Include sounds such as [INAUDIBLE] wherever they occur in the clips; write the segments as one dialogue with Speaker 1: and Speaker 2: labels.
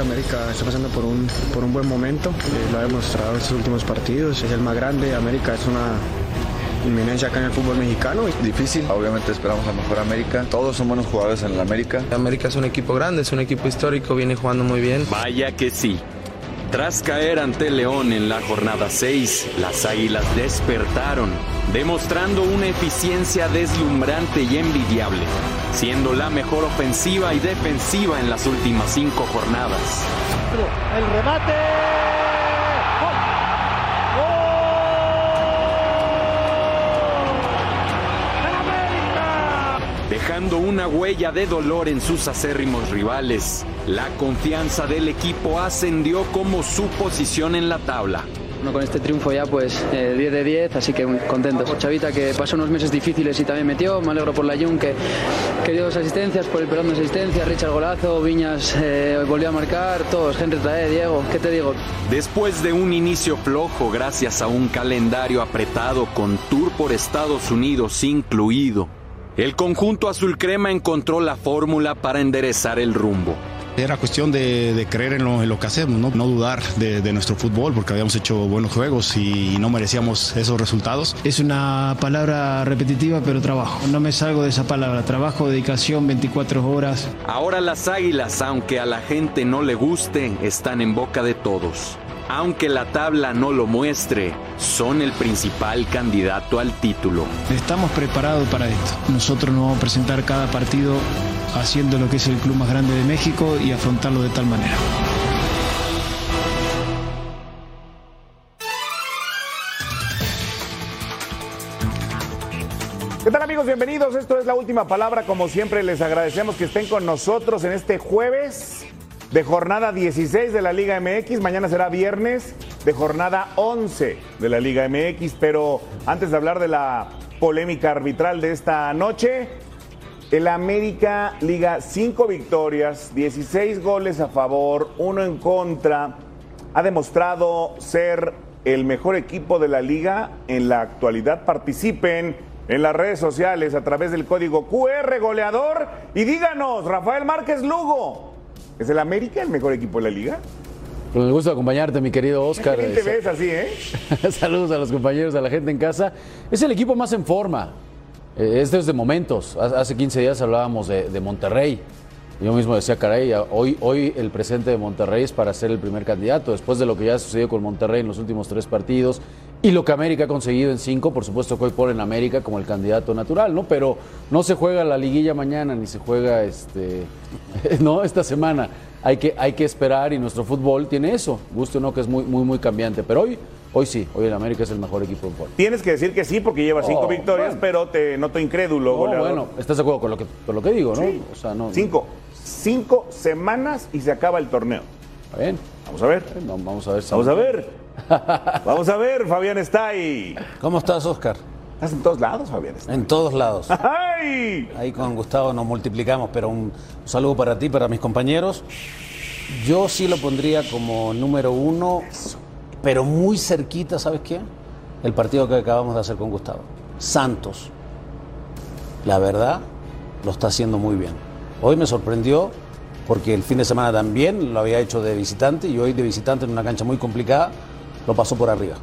Speaker 1: América está pasando por un, por un buen momento, eh, lo ha demostrado estos últimos partidos, es el más grande, América es una inminencia acá en el fútbol mexicano.
Speaker 2: Difícil, obviamente esperamos la mejor América, todos son buenos jugadores en la América.
Speaker 3: América es un equipo grande, es un equipo histórico, viene jugando muy bien.
Speaker 4: Vaya que sí. Tras caer ante León en la jornada 6, las Águilas despertaron, demostrando una eficiencia deslumbrante y envidiable, siendo la mejor ofensiva y defensiva en las últimas cinco jornadas.
Speaker 5: El remate.
Speaker 4: Dejando una huella de dolor en sus acérrimos rivales, la confianza del equipo ascendió como su posición en la tabla.
Speaker 6: Bueno, con este triunfo ya pues eh, 10 de 10, así que muy contentos. Por Chavita que pasó unos meses difíciles y también metió, me alegro por la Jun que, que dio dos asistencias, por el pelón de asistencias, Richard Golazo, Viñas eh, volvió a marcar, todos, Henry Trae, Diego, ¿qué te digo?
Speaker 4: Después de un inicio flojo gracias a un calendario apretado con tour por Estados Unidos incluido, el conjunto azul crema encontró la fórmula para enderezar el rumbo.
Speaker 7: Era cuestión de, de creer en lo, en lo que hacemos, no, no dudar de, de nuestro fútbol porque habíamos hecho buenos juegos y no merecíamos esos resultados.
Speaker 8: Es una palabra repetitiva, pero trabajo. No me salgo de esa palabra. Trabajo, dedicación, 24 horas.
Speaker 4: Ahora las águilas, aunque a la gente no le guste, están en boca de todos. Aunque la tabla no lo muestre, son el principal candidato al título.
Speaker 8: Estamos preparados para esto. Nosotros nos vamos a presentar cada partido haciendo lo que es el club más grande de México y afrontarlo de tal manera.
Speaker 9: ¿Qué tal amigos? Bienvenidos. Esto es la última palabra. Como siempre, les agradecemos que estén con nosotros en este jueves de jornada 16 de la Liga MX. Mañana será viernes de jornada 11 de la Liga MX. Pero antes de hablar de la polémica arbitral de esta noche, el América Liga 5 victorias, 16 goles a favor, uno en contra. Ha demostrado ser el mejor equipo de la liga en la actualidad. Participen en las redes sociales a través del código QR goleador y díganos, Rafael Márquez Lugo, ¿es el América el mejor equipo de la liga?
Speaker 10: Con el gusto de acompañarte, mi querido Oscar.
Speaker 9: ¿Quién te ves así, eh?
Speaker 10: [LAUGHS] Saludos a los compañeros, a la gente en casa. Es el equipo más en forma. Eh, Este es de momentos. Ha- Hace 15 días hablábamos de, de Monterrey. Yo mismo decía, caray, a- hoy, hoy el presente de Monterrey es para ser el primer candidato. Después de lo que ya sucedió con Monterrey en los últimos tres partidos y lo que América ha conseguido en cinco, por supuesto que hoy ponen a América como el candidato natural, ¿no? Pero no se juega la liguilla mañana ni se juega este, [LAUGHS] no, esta semana. Hay que, hay que esperar y nuestro fútbol tiene eso. Gusto o no, que es muy, muy, muy cambiante. Pero hoy, hoy sí, hoy el América es el mejor equipo en forma.
Speaker 9: Tienes que decir que sí porque lleva cinco
Speaker 10: Oh,
Speaker 9: victorias,
Speaker 10: bueno.
Speaker 9: pero te noto incrédulo,
Speaker 10: No,
Speaker 9: goleador.
Speaker 10: bueno, estás de acuerdo con lo que, con lo que digo, ¿no?
Speaker 9: Sí.
Speaker 10: O sea, no.
Speaker 9: Cinco. Cinco semanas y se acaba el torneo.
Speaker 10: Está bien.
Speaker 9: Vamos a ver.
Speaker 10: No, vamos a ver. si-
Speaker 9: Vamos a ver. Vamos a ver, Fabián está ahí.
Speaker 11: ¿Cómo estás, Oscar?
Speaker 9: Estás en todos lados, Fabián. Stay.
Speaker 11: En todos lados.
Speaker 9: ¡Ay!
Speaker 11: Ahí con Gustavo nos multiplicamos, pero un saludo para ti, para mis compañeros. Yo sí lo pondría como número uno, pero muy cerquita, ¿sabes qué? El partido que acabamos de hacer con Gustavo. Santos. La verdad, lo está haciendo muy bien. Hoy me sorprendió porque el fin de semana también lo había hecho de visitante y hoy de visitante en una cancha muy complicada lo pasó por arriba.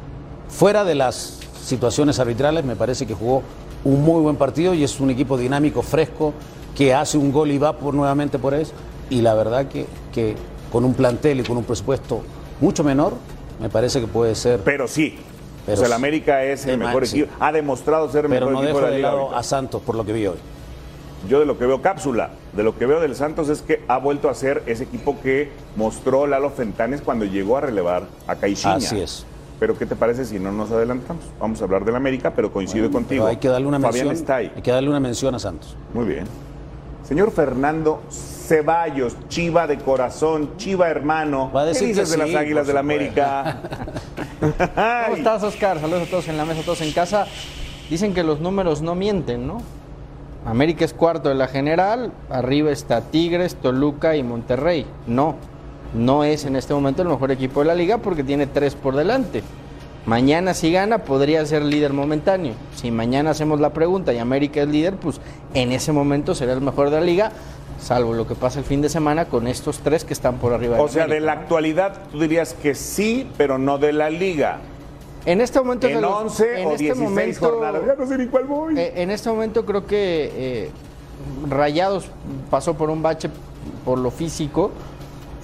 Speaker 11: Fuera de las situaciones arbitrales, me parece que jugó un muy buen partido y es un equipo dinámico, fresco, que hace un gol y va por, nuevamente por eso. Y la verdad que, que con un plantel y con un presupuesto mucho menor, me parece que puede ser...
Speaker 9: Pero sí.
Speaker 11: Pero
Speaker 9: o sea, el
Speaker 11: sí.
Speaker 9: América es el
Speaker 11: Sí,
Speaker 9: mejor
Speaker 11: sí.
Speaker 9: equipo. Ha demostrado ser el
Speaker 11: Pero
Speaker 9: mejor
Speaker 11: no dejo
Speaker 9: equipo de la
Speaker 11: de
Speaker 9: liga.
Speaker 11: lado
Speaker 9: ahorita.
Speaker 11: a Santos por lo que vi hoy.
Speaker 9: Yo de lo que veo cápsula, de lo que veo del Santos es que ha vuelto a ser ese equipo que mostró Lalo Fentanes cuando llegó a relevar a Caixinha.
Speaker 11: Así es.
Speaker 9: Pero ¿qué te parece si no nos adelantamos? Vamos a hablar del América, pero coincido
Speaker 11: Bueno,
Speaker 9: contigo.
Speaker 11: pero hay que darle una
Speaker 9: Fabián
Speaker 11: mención.
Speaker 9: está ahí.
Speaker 11: Hay que darle una mención a Santos.
Speaker 9: Muy bien. Señor Fernando Ceballos, Chiva de corazón, Chiva hermano.
Speaker 5: Va a
Speaker 9: ¿Qué
Speaker 5: decir
Speaker 9: dices
Speaker 5: que
Speaker 9: de
Speaker 5: sí,
Speaker 9: las Águilas
Speaker 5: por
Speaker 9: del
Speaker 5: supuesto.
Speaker 9: América?
Speaker 11: [LAUGHS]
Speaker 5: ¿Cómo estás, Oscar? Saludos a todos en la mesa, a todos en casa. Dicen que los números no mienten, ¿no? América es cuarto de la general, arriba está Tigres, Toluca y Monterrey. No, no es en este momento el mejor equipo de la liga porque tiene tres por delante. Mañana si gana podría ser líder momentáneo. Si mañana hacemos la pregunta y América es líder, pues en ese momento será el mejor de la liga, salvo lo que pasa el fin de semana con estos tres que están por arriba.
Speaker 9: O sea,
Speaker 5: América.
Speaker 9: de la actualidad tú dirías que sí, pero no de la liga.
Speaker 5: En este momento
Speaker 9: En
Speaker 5: de los-
Speaker 9: 11
Speaker 5: en
Speaker 9: o
Speaker 5: este
Speaker 9: 16
Speaker 5: momento-
Speaker 9: jornadas. Ya no sé ni cuál voy.
Speaker 5: Eh, en este momento creo que eh, Rayados pasó por un bache por lo físico.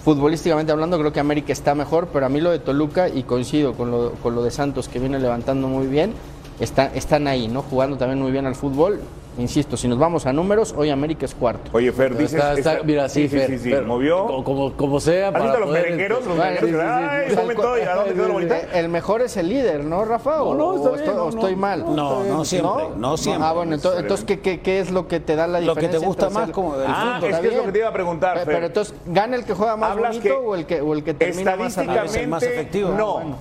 Speaker 5: Futbolísticamente hablando, creo que América está mejor, pero a mí lo de Toluca, y coincido con lo, con lo de Santos, que viene levantando muy bien, está- están ahí, ¿no? Jugando también muy bien al fútbol. Insisto, si nos vamos a números, hoy América es cuarto.
Speaker 9: Oye, Fer,
Speaker 5: Pero
Speaker 9: dices...
Speaker 5: está- está- mira, sí, Fer, Fer,
Speaker 9: movió.
Speaker 5: como-
Speaker 10: sea
Speaker 9: ¿Has visto para los poder- merengueros? Los
Speaker 5: Vale,
Speaker 9: merengueros, ay, un momento, ¿y a dónde quedó la bolita?
Speaker 5: El mejor es el líder, ¿no, Rafa? ¿O,
Speaker 11: no, está
Speaker 5: o
Speaker 11: bien,
Speaker 5: estoy,
Speaker 11: no,
Speaker 5: o estoy
Speaker 11: no.
Speaker 5: mal?
Speaker 11: No, no
Speaker 5: Está bien.
Speaker 11: siempre, no siempre.
Speaker 5: Ah, bueno, ento- entonces, ¿qué, qué, qué es lo que te da la
Speaker 11: Lo que te
Speaker 5: diferencia?
Speaker 11: gusta
Speaker 5: entre
Speaker 11: más
Speaker 5: ser-
Speaker 11: como del
Speaker 9: Ah, fútbol. es
Speaker 5: está
Speaker 9: que es lo
Speaker 5: bien.
Speaker 9: que te iba a preguntar,
Speaker 5: Pero,
Speaker 9: Fer.
Speaker 5: pero entonces, ¿gana el que juega más
Speaker 9: Hablas
Speaker 5: bonito
Speaker 9: que
Speaker 5: o, el que, o el que termina más
Speaker 9: Estadísticamente,
Speaker 5: arriba?
Speaker 9: no.
Speaker 5: Ah, bueno.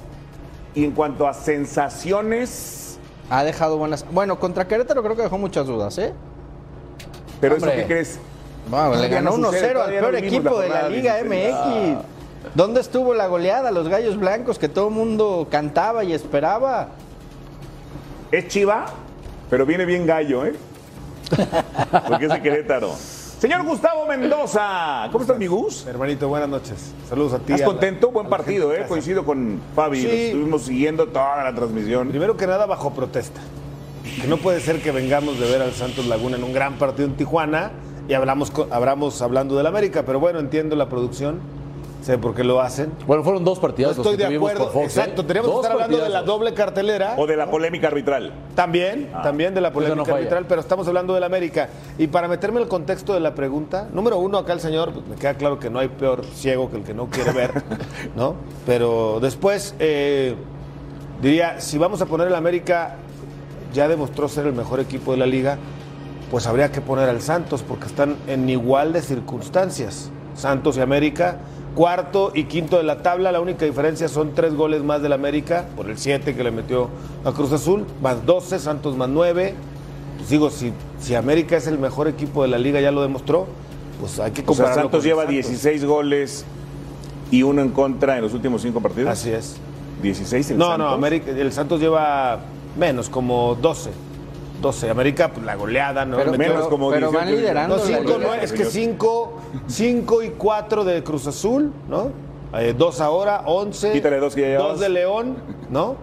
Speaker 9: Y en cuanto a sensaciones...
Speaker 5: Ha dejado buenas... Bueno, contra Querétaro creo que dejó muchas dudas, ¿eh?
Speaker 9: Pero eso,
Speaker 5: Hombre.
Speaker 9: ¿qué crees?
Speaker 5: Bueno, le
Speaker 9: Todavía
Speaker 5: ganó
Speaker 9: no
Speaker 5: 1-0
Speaker 9: sucede,
Speaker 5: al
Speaker 9: todavía no
Speaker 5: peor
Speaker 9: vivimos
Speaker 5: equipo de la
Speaker 9: jornada
Speaker 5: Liga
Speaker 9: 16.
Speaker 5: MX. ¿Dónde estuvo la goleada? Los gallos blancos que todo el mundo cantaba y esperaba.
Speaker 9: Es Chiva, pero viene bien gallo,
Speaker 12: [LAUGHS]
Speaker 9: ¿eh? Porque es de Querétaro. Señor Gustavo Mendoza, ¿cómo estás, mi Gus?
Speaker 12: Hermanito, buenas noches. Saludos a ti.
Speaker 9: ¿Estás
Speaker 12: a la-
Speaker 9: contento? Buen
Speaker 12: a la
Speaker 9: partido,
Speaker 12: gente
Speaker 9: ¿eh?
Speaker 12: en casa.
Speaker 9: Coincido con Fabi.
Speaker 12: Sí.
Speaker 9: lo Estuvimos siguiendo toda la transmisión.
Speaker 12: Primero que nada, bajo protesta. Que no puede ser que vengamos de ver al Santos Laguna en un gran partido en Tijuana y hablamos, co- hablamos hablando del América, pero bueno, entiendo la producción, sé por qué lo hacen.
Speaker 10: Bueno, fueron dos
Speaker 12: No
Speaker 10: partidos.
Speaker 12: estoy de acuerdo.
Speaker 10: ¿eh?
Speaker 12: Exacto, teníamos que estar hablando de la doble cartelera.
Speaker 9: O de la polémica arbitral.
Speaker 12: También, también de la
Speaker 10: Ah. Eso no
Speaker 12: polémica
Speaker 10: falla.
Speaker 12: arbitral, pero estamos hablando del América. Y para meterme en el contexto de la pregunta, número uno, acá el señor, pues, me queda claro que no hay peor ciego que el que no
Speaker 10: [LAUGHS]
Speaker 12: quiere ver, ¿no? Pero después, eh, diría, si vamos a poner el América, ya demostró ser el mejor equipo de la liga, pues habría que poner al Santos, porque están en igual de circunstancias. Santos y América, cuarto y quinto de la tabla, la única diferencia son tres goles más del América, por el 7 que le metió a Cruz Azul, más 12, Santos más 9. Pues digo, si, si América es el mejor equipo de la liga, ya lo demostró, pues hay que
Speaker 9: O sea,
Speaker 12: compararlo
Speaker 9: Santos
Speaker 12: con el
Speaker 9: lleva 16 goles y uno en contra en los últimos cinco partidos.
Speaker 12: Así es.
Speaker 9: 16 el
Speaker 12: no,
Speaker 9: Santos.
Speaker 12: no, América, el Santos lleva menos, como 12. 12. América, pues, la goleada, ¿no?
Speaker 5: Pero-
Speaker 12: Metió-
Speaker 5: pero- como pero 18. van liderando
Speaker 12: No,
Speaker 5: la
Speaker 12: cinco,
Speaker 5: liga.
Speaker 12: no, es que 5 cinco y 4 de Cruz Azul, ¿no? 2 ahora, 11.
Speaker 9: Quítale dos que ya llevabas.
Speaker 12: Dos de León, ¿no?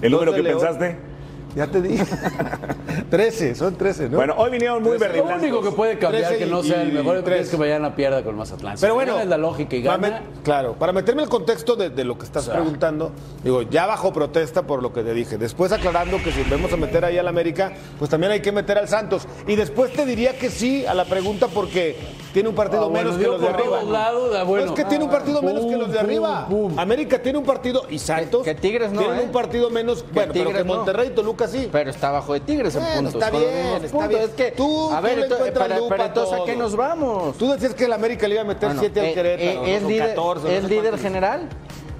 Speaker 9: ¿El
Speaker 12: Dos
Speaker 9: número
Speaker 12: de
Speaker 9: que pensaste?
Speaker 12: Ya te [LAUGHS] dije. 13, son 13, ¿no?
Speaker 9: Bueno, hoy vinieron muy
Speaker 10: Lo
Speaker 9: verdiblancos.
Speaker 10: único que puede cambiar
Speaker 12: Trece
Speaker 10: que no
Speaker 12: y-
Speaker 10: sea
Speaker 12: y
Speaker 10: el mejor
Speaker 12: tres.
Speaker 10: es que mañana pierda con Mazatlán. Si
Speaker 12: Pero bueno,
Speaker 10: mañana es la lógica y
Speaker 12: para
Speaker 10: gana.
Speaker 12: met- claro, para meterme en el contexto de, de lo que estás preguntando, digo, ya bajo protesta por lo que te dije. Después aclarando que si vamos a meter ahí al América, pues también hay que meter al Santos. Y después te diría que sí a la pregunta porque tiene un partido
Speaker 10: Ah, bueno,
Speaker 12: menos
Speaker 10: dio
Speaker 12: que los de
Speaker 10: por
Speaker 12: arriba.
Speaker 10: todos lados, ah, bueno.
Speaker 12: No, es que tiene un partido menos que los de arriba. América tiene un partido y Santos
Speaker 5: Que Tigres no,
Speaker 12: tienen
Speaker 5: ¿eh?
Speaker 12: un partido menos, bueno, pero
Speaker 5: Tigres
Speaker 12: que
Speaker 5: no.
Speaker 12: Monterrey y Toluca sí.
Speaker 5: Pero está bajo de Tigres en
Speaker 12: Bueno,
Speaker 5: puntos.
Speaker 12: está
Speaker 5: con los
Speaker 12: bien,
Speaker 5: mismos
Speaker 12: está
Speaker 5: puntos.
Speaker 12: bien.
Speaker 5: Es que,
Speaker 12: Tú-
Speaker 5: a
Speaker 12: tú
Speaker 5: ver,
Speaker 12: le
Speaker 5: entonces,
Speaker 12: encuentras
Speaker 5: pero-
Speaker 12: lupa
Speaker 5: pero entonces, ¿a
Speaker 12: todo.
Speaker 5: qué nos vamos?
Speaker 12: Tú decías que el América le iba a meter
Speaker 5: Bueno,
Speaker 12: 7
Speaker 5: eh,
Speaker 12: al Querétaro.
Speaker 5: eh, ¿Es
Speaker 12: ¿no?
Speaker 5: líder,
Speaker 12: 14, no
Speaker 5: ¿es
Speaker 12: sé
Speaker 5: líder
Speaker 12: cuántos.
Speaker 5: general?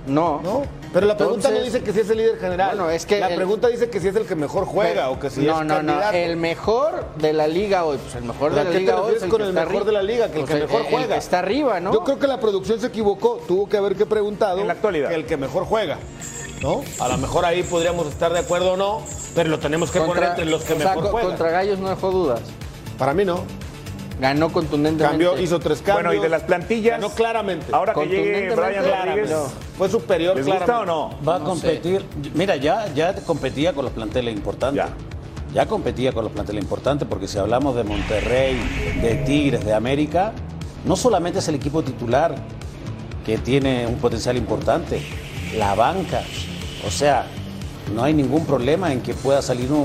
Speaker 5: No.
Speaker 12: No, Pero la pregunta no
Speaker 5: Entonces-
Speaker 12: dice que si es el líder general.
Speaker 5: Bueno, es que
Speaker 12: la
Speaker 5: el-
Speaker 12: pregunta dice que si es el que mejor juega
Speaker 5: Pero-
Speaker 12: o que si
Speaker 5: no,
Speaker 12: es
Speaker 5: no,
Speaker 12: candidato.
Speaker 5: no. El mejor de la liga hoy. Pues el mejor de
Speaker 12: ¿A
Speaker 5: la
Speaker 12: qué te
Speaker 5: liga hoy.
Speaker 12: refieres
Speaker 5: Es el
Speaker 12: con
Speaker 5: que
Speaker 12: el
Speaker 5: está
Speaker 12: mejor
Speaker 5: arriba.
Speaker 12: de la liga? Que el
Speaker 5: Pues
Speaker 12: que mejor
Speaker 5: el que
Speaker 12: juega.
Speaker 5: está arriba, ¿no?
Speaker 12: Yo creo que la producción se equivocó. Tuvo que haber que preguntado. En la actualidad. Que el que mejor juega. ¿No? A lo mejor ahí podríamos estar de acuerdo o no, pero lo tenemos que poner entre los que
Speaker 5: o sea,
Speaker 12: mejor
Speaker 5: co-
Speaker 12: juegan.
Speaker 5: Contra Gallos no dejó dudas.
Speaker 12: Para mí no.
Speaker 5: Ganó contundentemente.
Speaker 12: Cambió, hizo tres cambios.
Speaker 9: Bueno, y de las plantillas.
Speaker 12: No, claramente.
Speaker 9: Ahora que llegue Brian Rodríguez.
Speaker 12: Fue superior,
Speaker 9: ¿Les gusta
Speaker 12: claramente.
Speaker 9: o no?
Speaker 11: Va a
Speaker 9: No
Speaker 11: competir. Mira, ya, ya competía con los planteles importantes. Ya. competía con los planteles importantes porque si hablamos de Monterrey, de Tigres, de América, no solamente es el equipo titular que tiene un potencial importante, la banca. O sea, no hay ningún problema en que pueda salir uno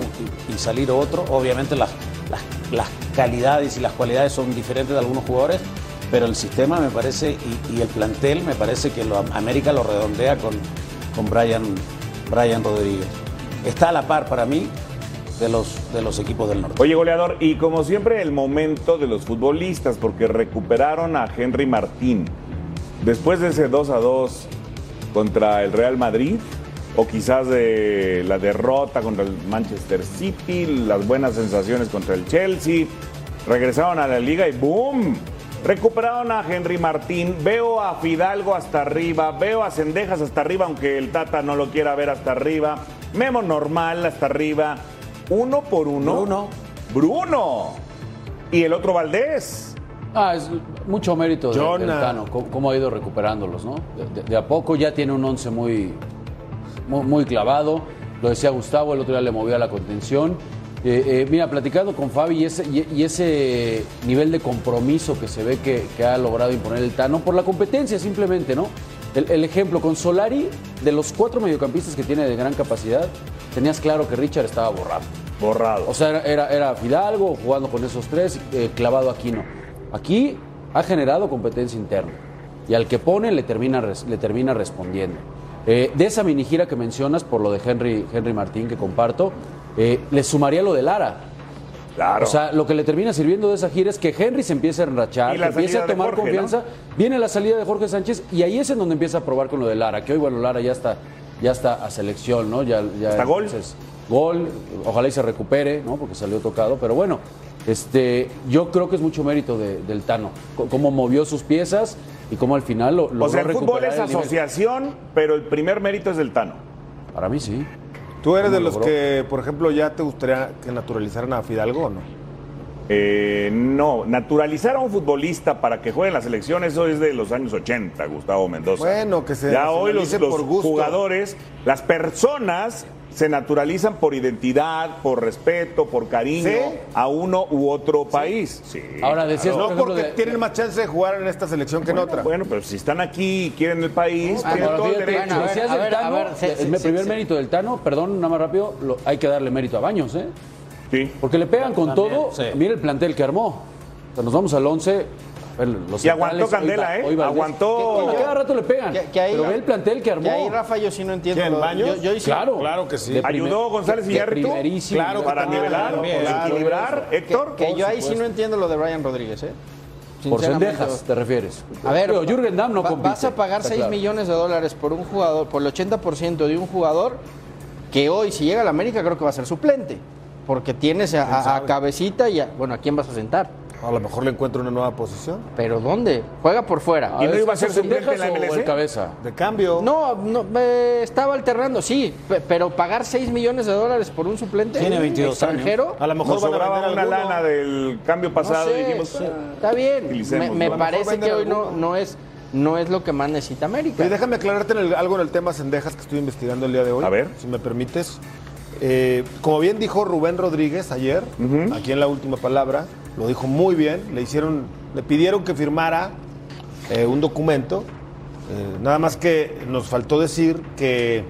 Speaker 11: y y salir otro. Obviamente las, las las calidades y las cualidades son diferentes de algunos jugadores, pero el sistema me parece y, y el plantel me parece que lo- América lo redondea con, con Brian, Brian Rodríguez. Está a la par para mí de los, de los equipos del norte.
Speaker 9: Oye, goleador, y como siempre, el momento de los futbolistas, porque recuperaron a Henry Martín. Después de ese 2 a 2 contra el Real Madrid, o quizás de la derrota contra el Manchester City, las buenas sensaciones contra el Chelsea, regresaron a la liga y ¡boom! Recuperaron a Henry Martín, veo a Fidalgo hasta arriba, veo a Cendejas hasta arriba, aunque el Tata no lo quiera ver hasta arriba, Memo normal hasta arriba, uno por uno. Bruno. Bruno. Y el otro Valdés.
Speaker 10: Ah, es mucho mérito de- del
Speaker 11: Jonah.
Speaker 10: Tano, cómo, cómo ha ido recuperándolos, ¿no? De, de- de a poco ya tiene un once muy, muy, muy clavado. Lo decía Gustavo, el otro día le movió a la contención. Eh, eh, mira, platicando con Fabi y ese, y- y ese nivel de compromiso que se ve que, que ha logrado imponer el Tano por la competencia simplemente, ¿no? El, el ejemplo con Solari, de los cuatro mediocampistas que tiene de gran capacidad, tenías claro que Richard estaba borrado.
Speaker 9: Borrado.
Speaker 10: O sea, era, era, era Fidalgo jugando con esos tres, eh, clavado aquí no. Aquí ha generado competencia interna y al que pone le termina, res- le termina respondiendo. Eh, de esa mini gira que mencionas por lo de Henry, Henry Martín que comparto, eh, le sumaría lo de Lara.
Speaker 9: Claro.
Speaker 10: O sea, lo que le termina sirviendo de esa gira es que Henry se empiece a enrachar,
Speaker 9: Y la
Speaker 10: que empiece
Speaker 9: salida
Speaker 10: a
Speaker 9: de
Speaker 10: tomar
Speaker 9: Jorge, ¿no?
Speaker 10: confianza. Viene la salida de Jorge Sánchez y ahí es en donde empieza a probar con lo de Lara, que hoy, bueno, Lara ya está, ya está a selección, ¿no? Ya, ya
Speaker 9: Hasta gol.
Speaker 10: entonces, gol, ojalá y se recupere, ¿no? Porque salió tocado, pero bueno, este, yo creo que es mucho mérito de- del Tano, co- cómo movió sus piezas y cómo al final lo logró
Speaker 9: o sea, el fútbol
Speaker 10: recuperar
Speaker 9: es
Speaker 10: el nivel.
Speaker 9: asociación, pero el primer mérito es del Tano.
Speaker 10: Para mí sí.
Speaker 12: ¿Tú eres
Speaker 9: ¿Cómo
Speaker 12: de los
Speaker 9: logró?
Speaker 12: que, por ejemplo, ya te gustaría que naturalizaran a Fidalgo o no?
Speaker 9: Eh, no, naturalizar a un futbolista para que juegue en la selección, eso es de los años 80, Gustavo Mendoza.
Speaker 12: Bueno, que se
Speaker 9: Ya hoy los,
Speaker 12: nacionalice
Speaker 9: los
Speaker 12: por gusto.
Speaker 9: jugadores, las personas se naturalizan por identidad, por respeto, por cariño
Speaker 12: ¿Sí?
Speaker 9: a uno u otro país.
Speaker 12: Ahora, decías, por ejemplo, de-
Speaker 9: tienen más chance de jugar en esta selección que en otra. Bueno, pero si están aquí y quieren el país,
Speaker 10: Ah,
Speaker 9: tienen
Speaker 10: pero
Speaker 9: todo el
Speaker 10: fíjate,
Speaker 9: derecho.
Speaker 10: decías del Tano, el primer mérito del Tano, perdón, nada más rápido, lo- hay que darle mérito a Baños, ¿eh?
Speaker 9: Sí.
Speaker 10: Porque le pegan con
Speaker 11: También,
Speaker 10: todo. Mira el plantel que armó. O sea, nos vamos al 11.
Speaker 5: Y aguantó Candela, ¿eh?
Speaker 10: Aguantó. cada rato le pegan.
Speaker 5: Que- que ahí-
Speaker 10: pero ve el plantel que armó.
Speaker 5: Que ahí, Rafa, yo sí no entiendo.
Speaker 10: ¿Quién,
Speaker 5: Yo-
Speaker 10: Baños?
Speaker 5: Yo, yo sí-
Speaker 10: Claro. Claro que sí. De primer-
Speaker 9: ¿Ayudó González
Speaker 10: de
Speaker 9: Iñárritu?
Speaker 10: primerísimo.
Speaker 9: Claro, para
Speaker 5: Claro,
Speaker 9: nivelar,
Speaker 5: claro,
Speaker 9: para
Speaker 5: claro.
Speaker 9: equilibrar,
Speaker 5: Que-
Speaker 9: Héctor.
Speaker 5: Que,
Speaker 9: Por
Speaker 5: yo ahí sí
Speaker 9: supuesto.
Speaker 5: no entiendo lo de Brian Rodríguez, ¿eh?
Speaker 10: Por
Speaker 5: Sinceramente,
Speaker 10: cendejas, te refieres.
Speaker 5: A ver,
Speaker 10: Digo, Jürgen Damm no
Speaker 5: va-
Speaker 10: compite,
Speaker 5: vas a pagar
Speaker 10: está
Speaker 5: 6
Speaker 10: claro.
Speaker 5: millones de dólares por un jugador, por el 80% de un jugador que hoy, si llega a la América, creo que va a ser suplente. Porque tienes a, a- a cabecita y a, bueno, ¿a quién vas a sentar?
Speaker 12: A lo mejor le encuentro una nueva posición.
Speaker 5: ¿Pero dónde? Juega por fuera.
Speaker 10: ¿Y no iba a ser suplente en la MLS?
Speaker 12: De cambio.
Speaker 5: No, no, eh, estaba alternando, sí, pe- pero pagar 6 millones de dólares por un suplente extranjero.
Speaker 9: A lo mejor
Speaker 5: Nos sobraba
Speaker 9: sobraba una
Speaker 5: alguno.
Speaker 9: lana del cambio pasado
Speaker 5: No sé,
Speaker 9: y dijimos.
Speaker 5: Está bien. Me,
Speaker 9: utilicemos,
Speaker 5: me
Speaker 9: ¿no?
Speaker 5: parece que hoy no, no es, no es lo que más necesita América.
Speaker 12: Oye, déjame aclararte en el- algo en el tema Cendejas que estoy investigando el día de hoy. A ver. Si me permites. Eh, como bien dijo Rubén Rodríguez ayer, aquí en la última palabra, lo dijo muy bien. Le hicieron, le pidieron que firmara eh, un documento. Eh, nada más que nos faltó decir que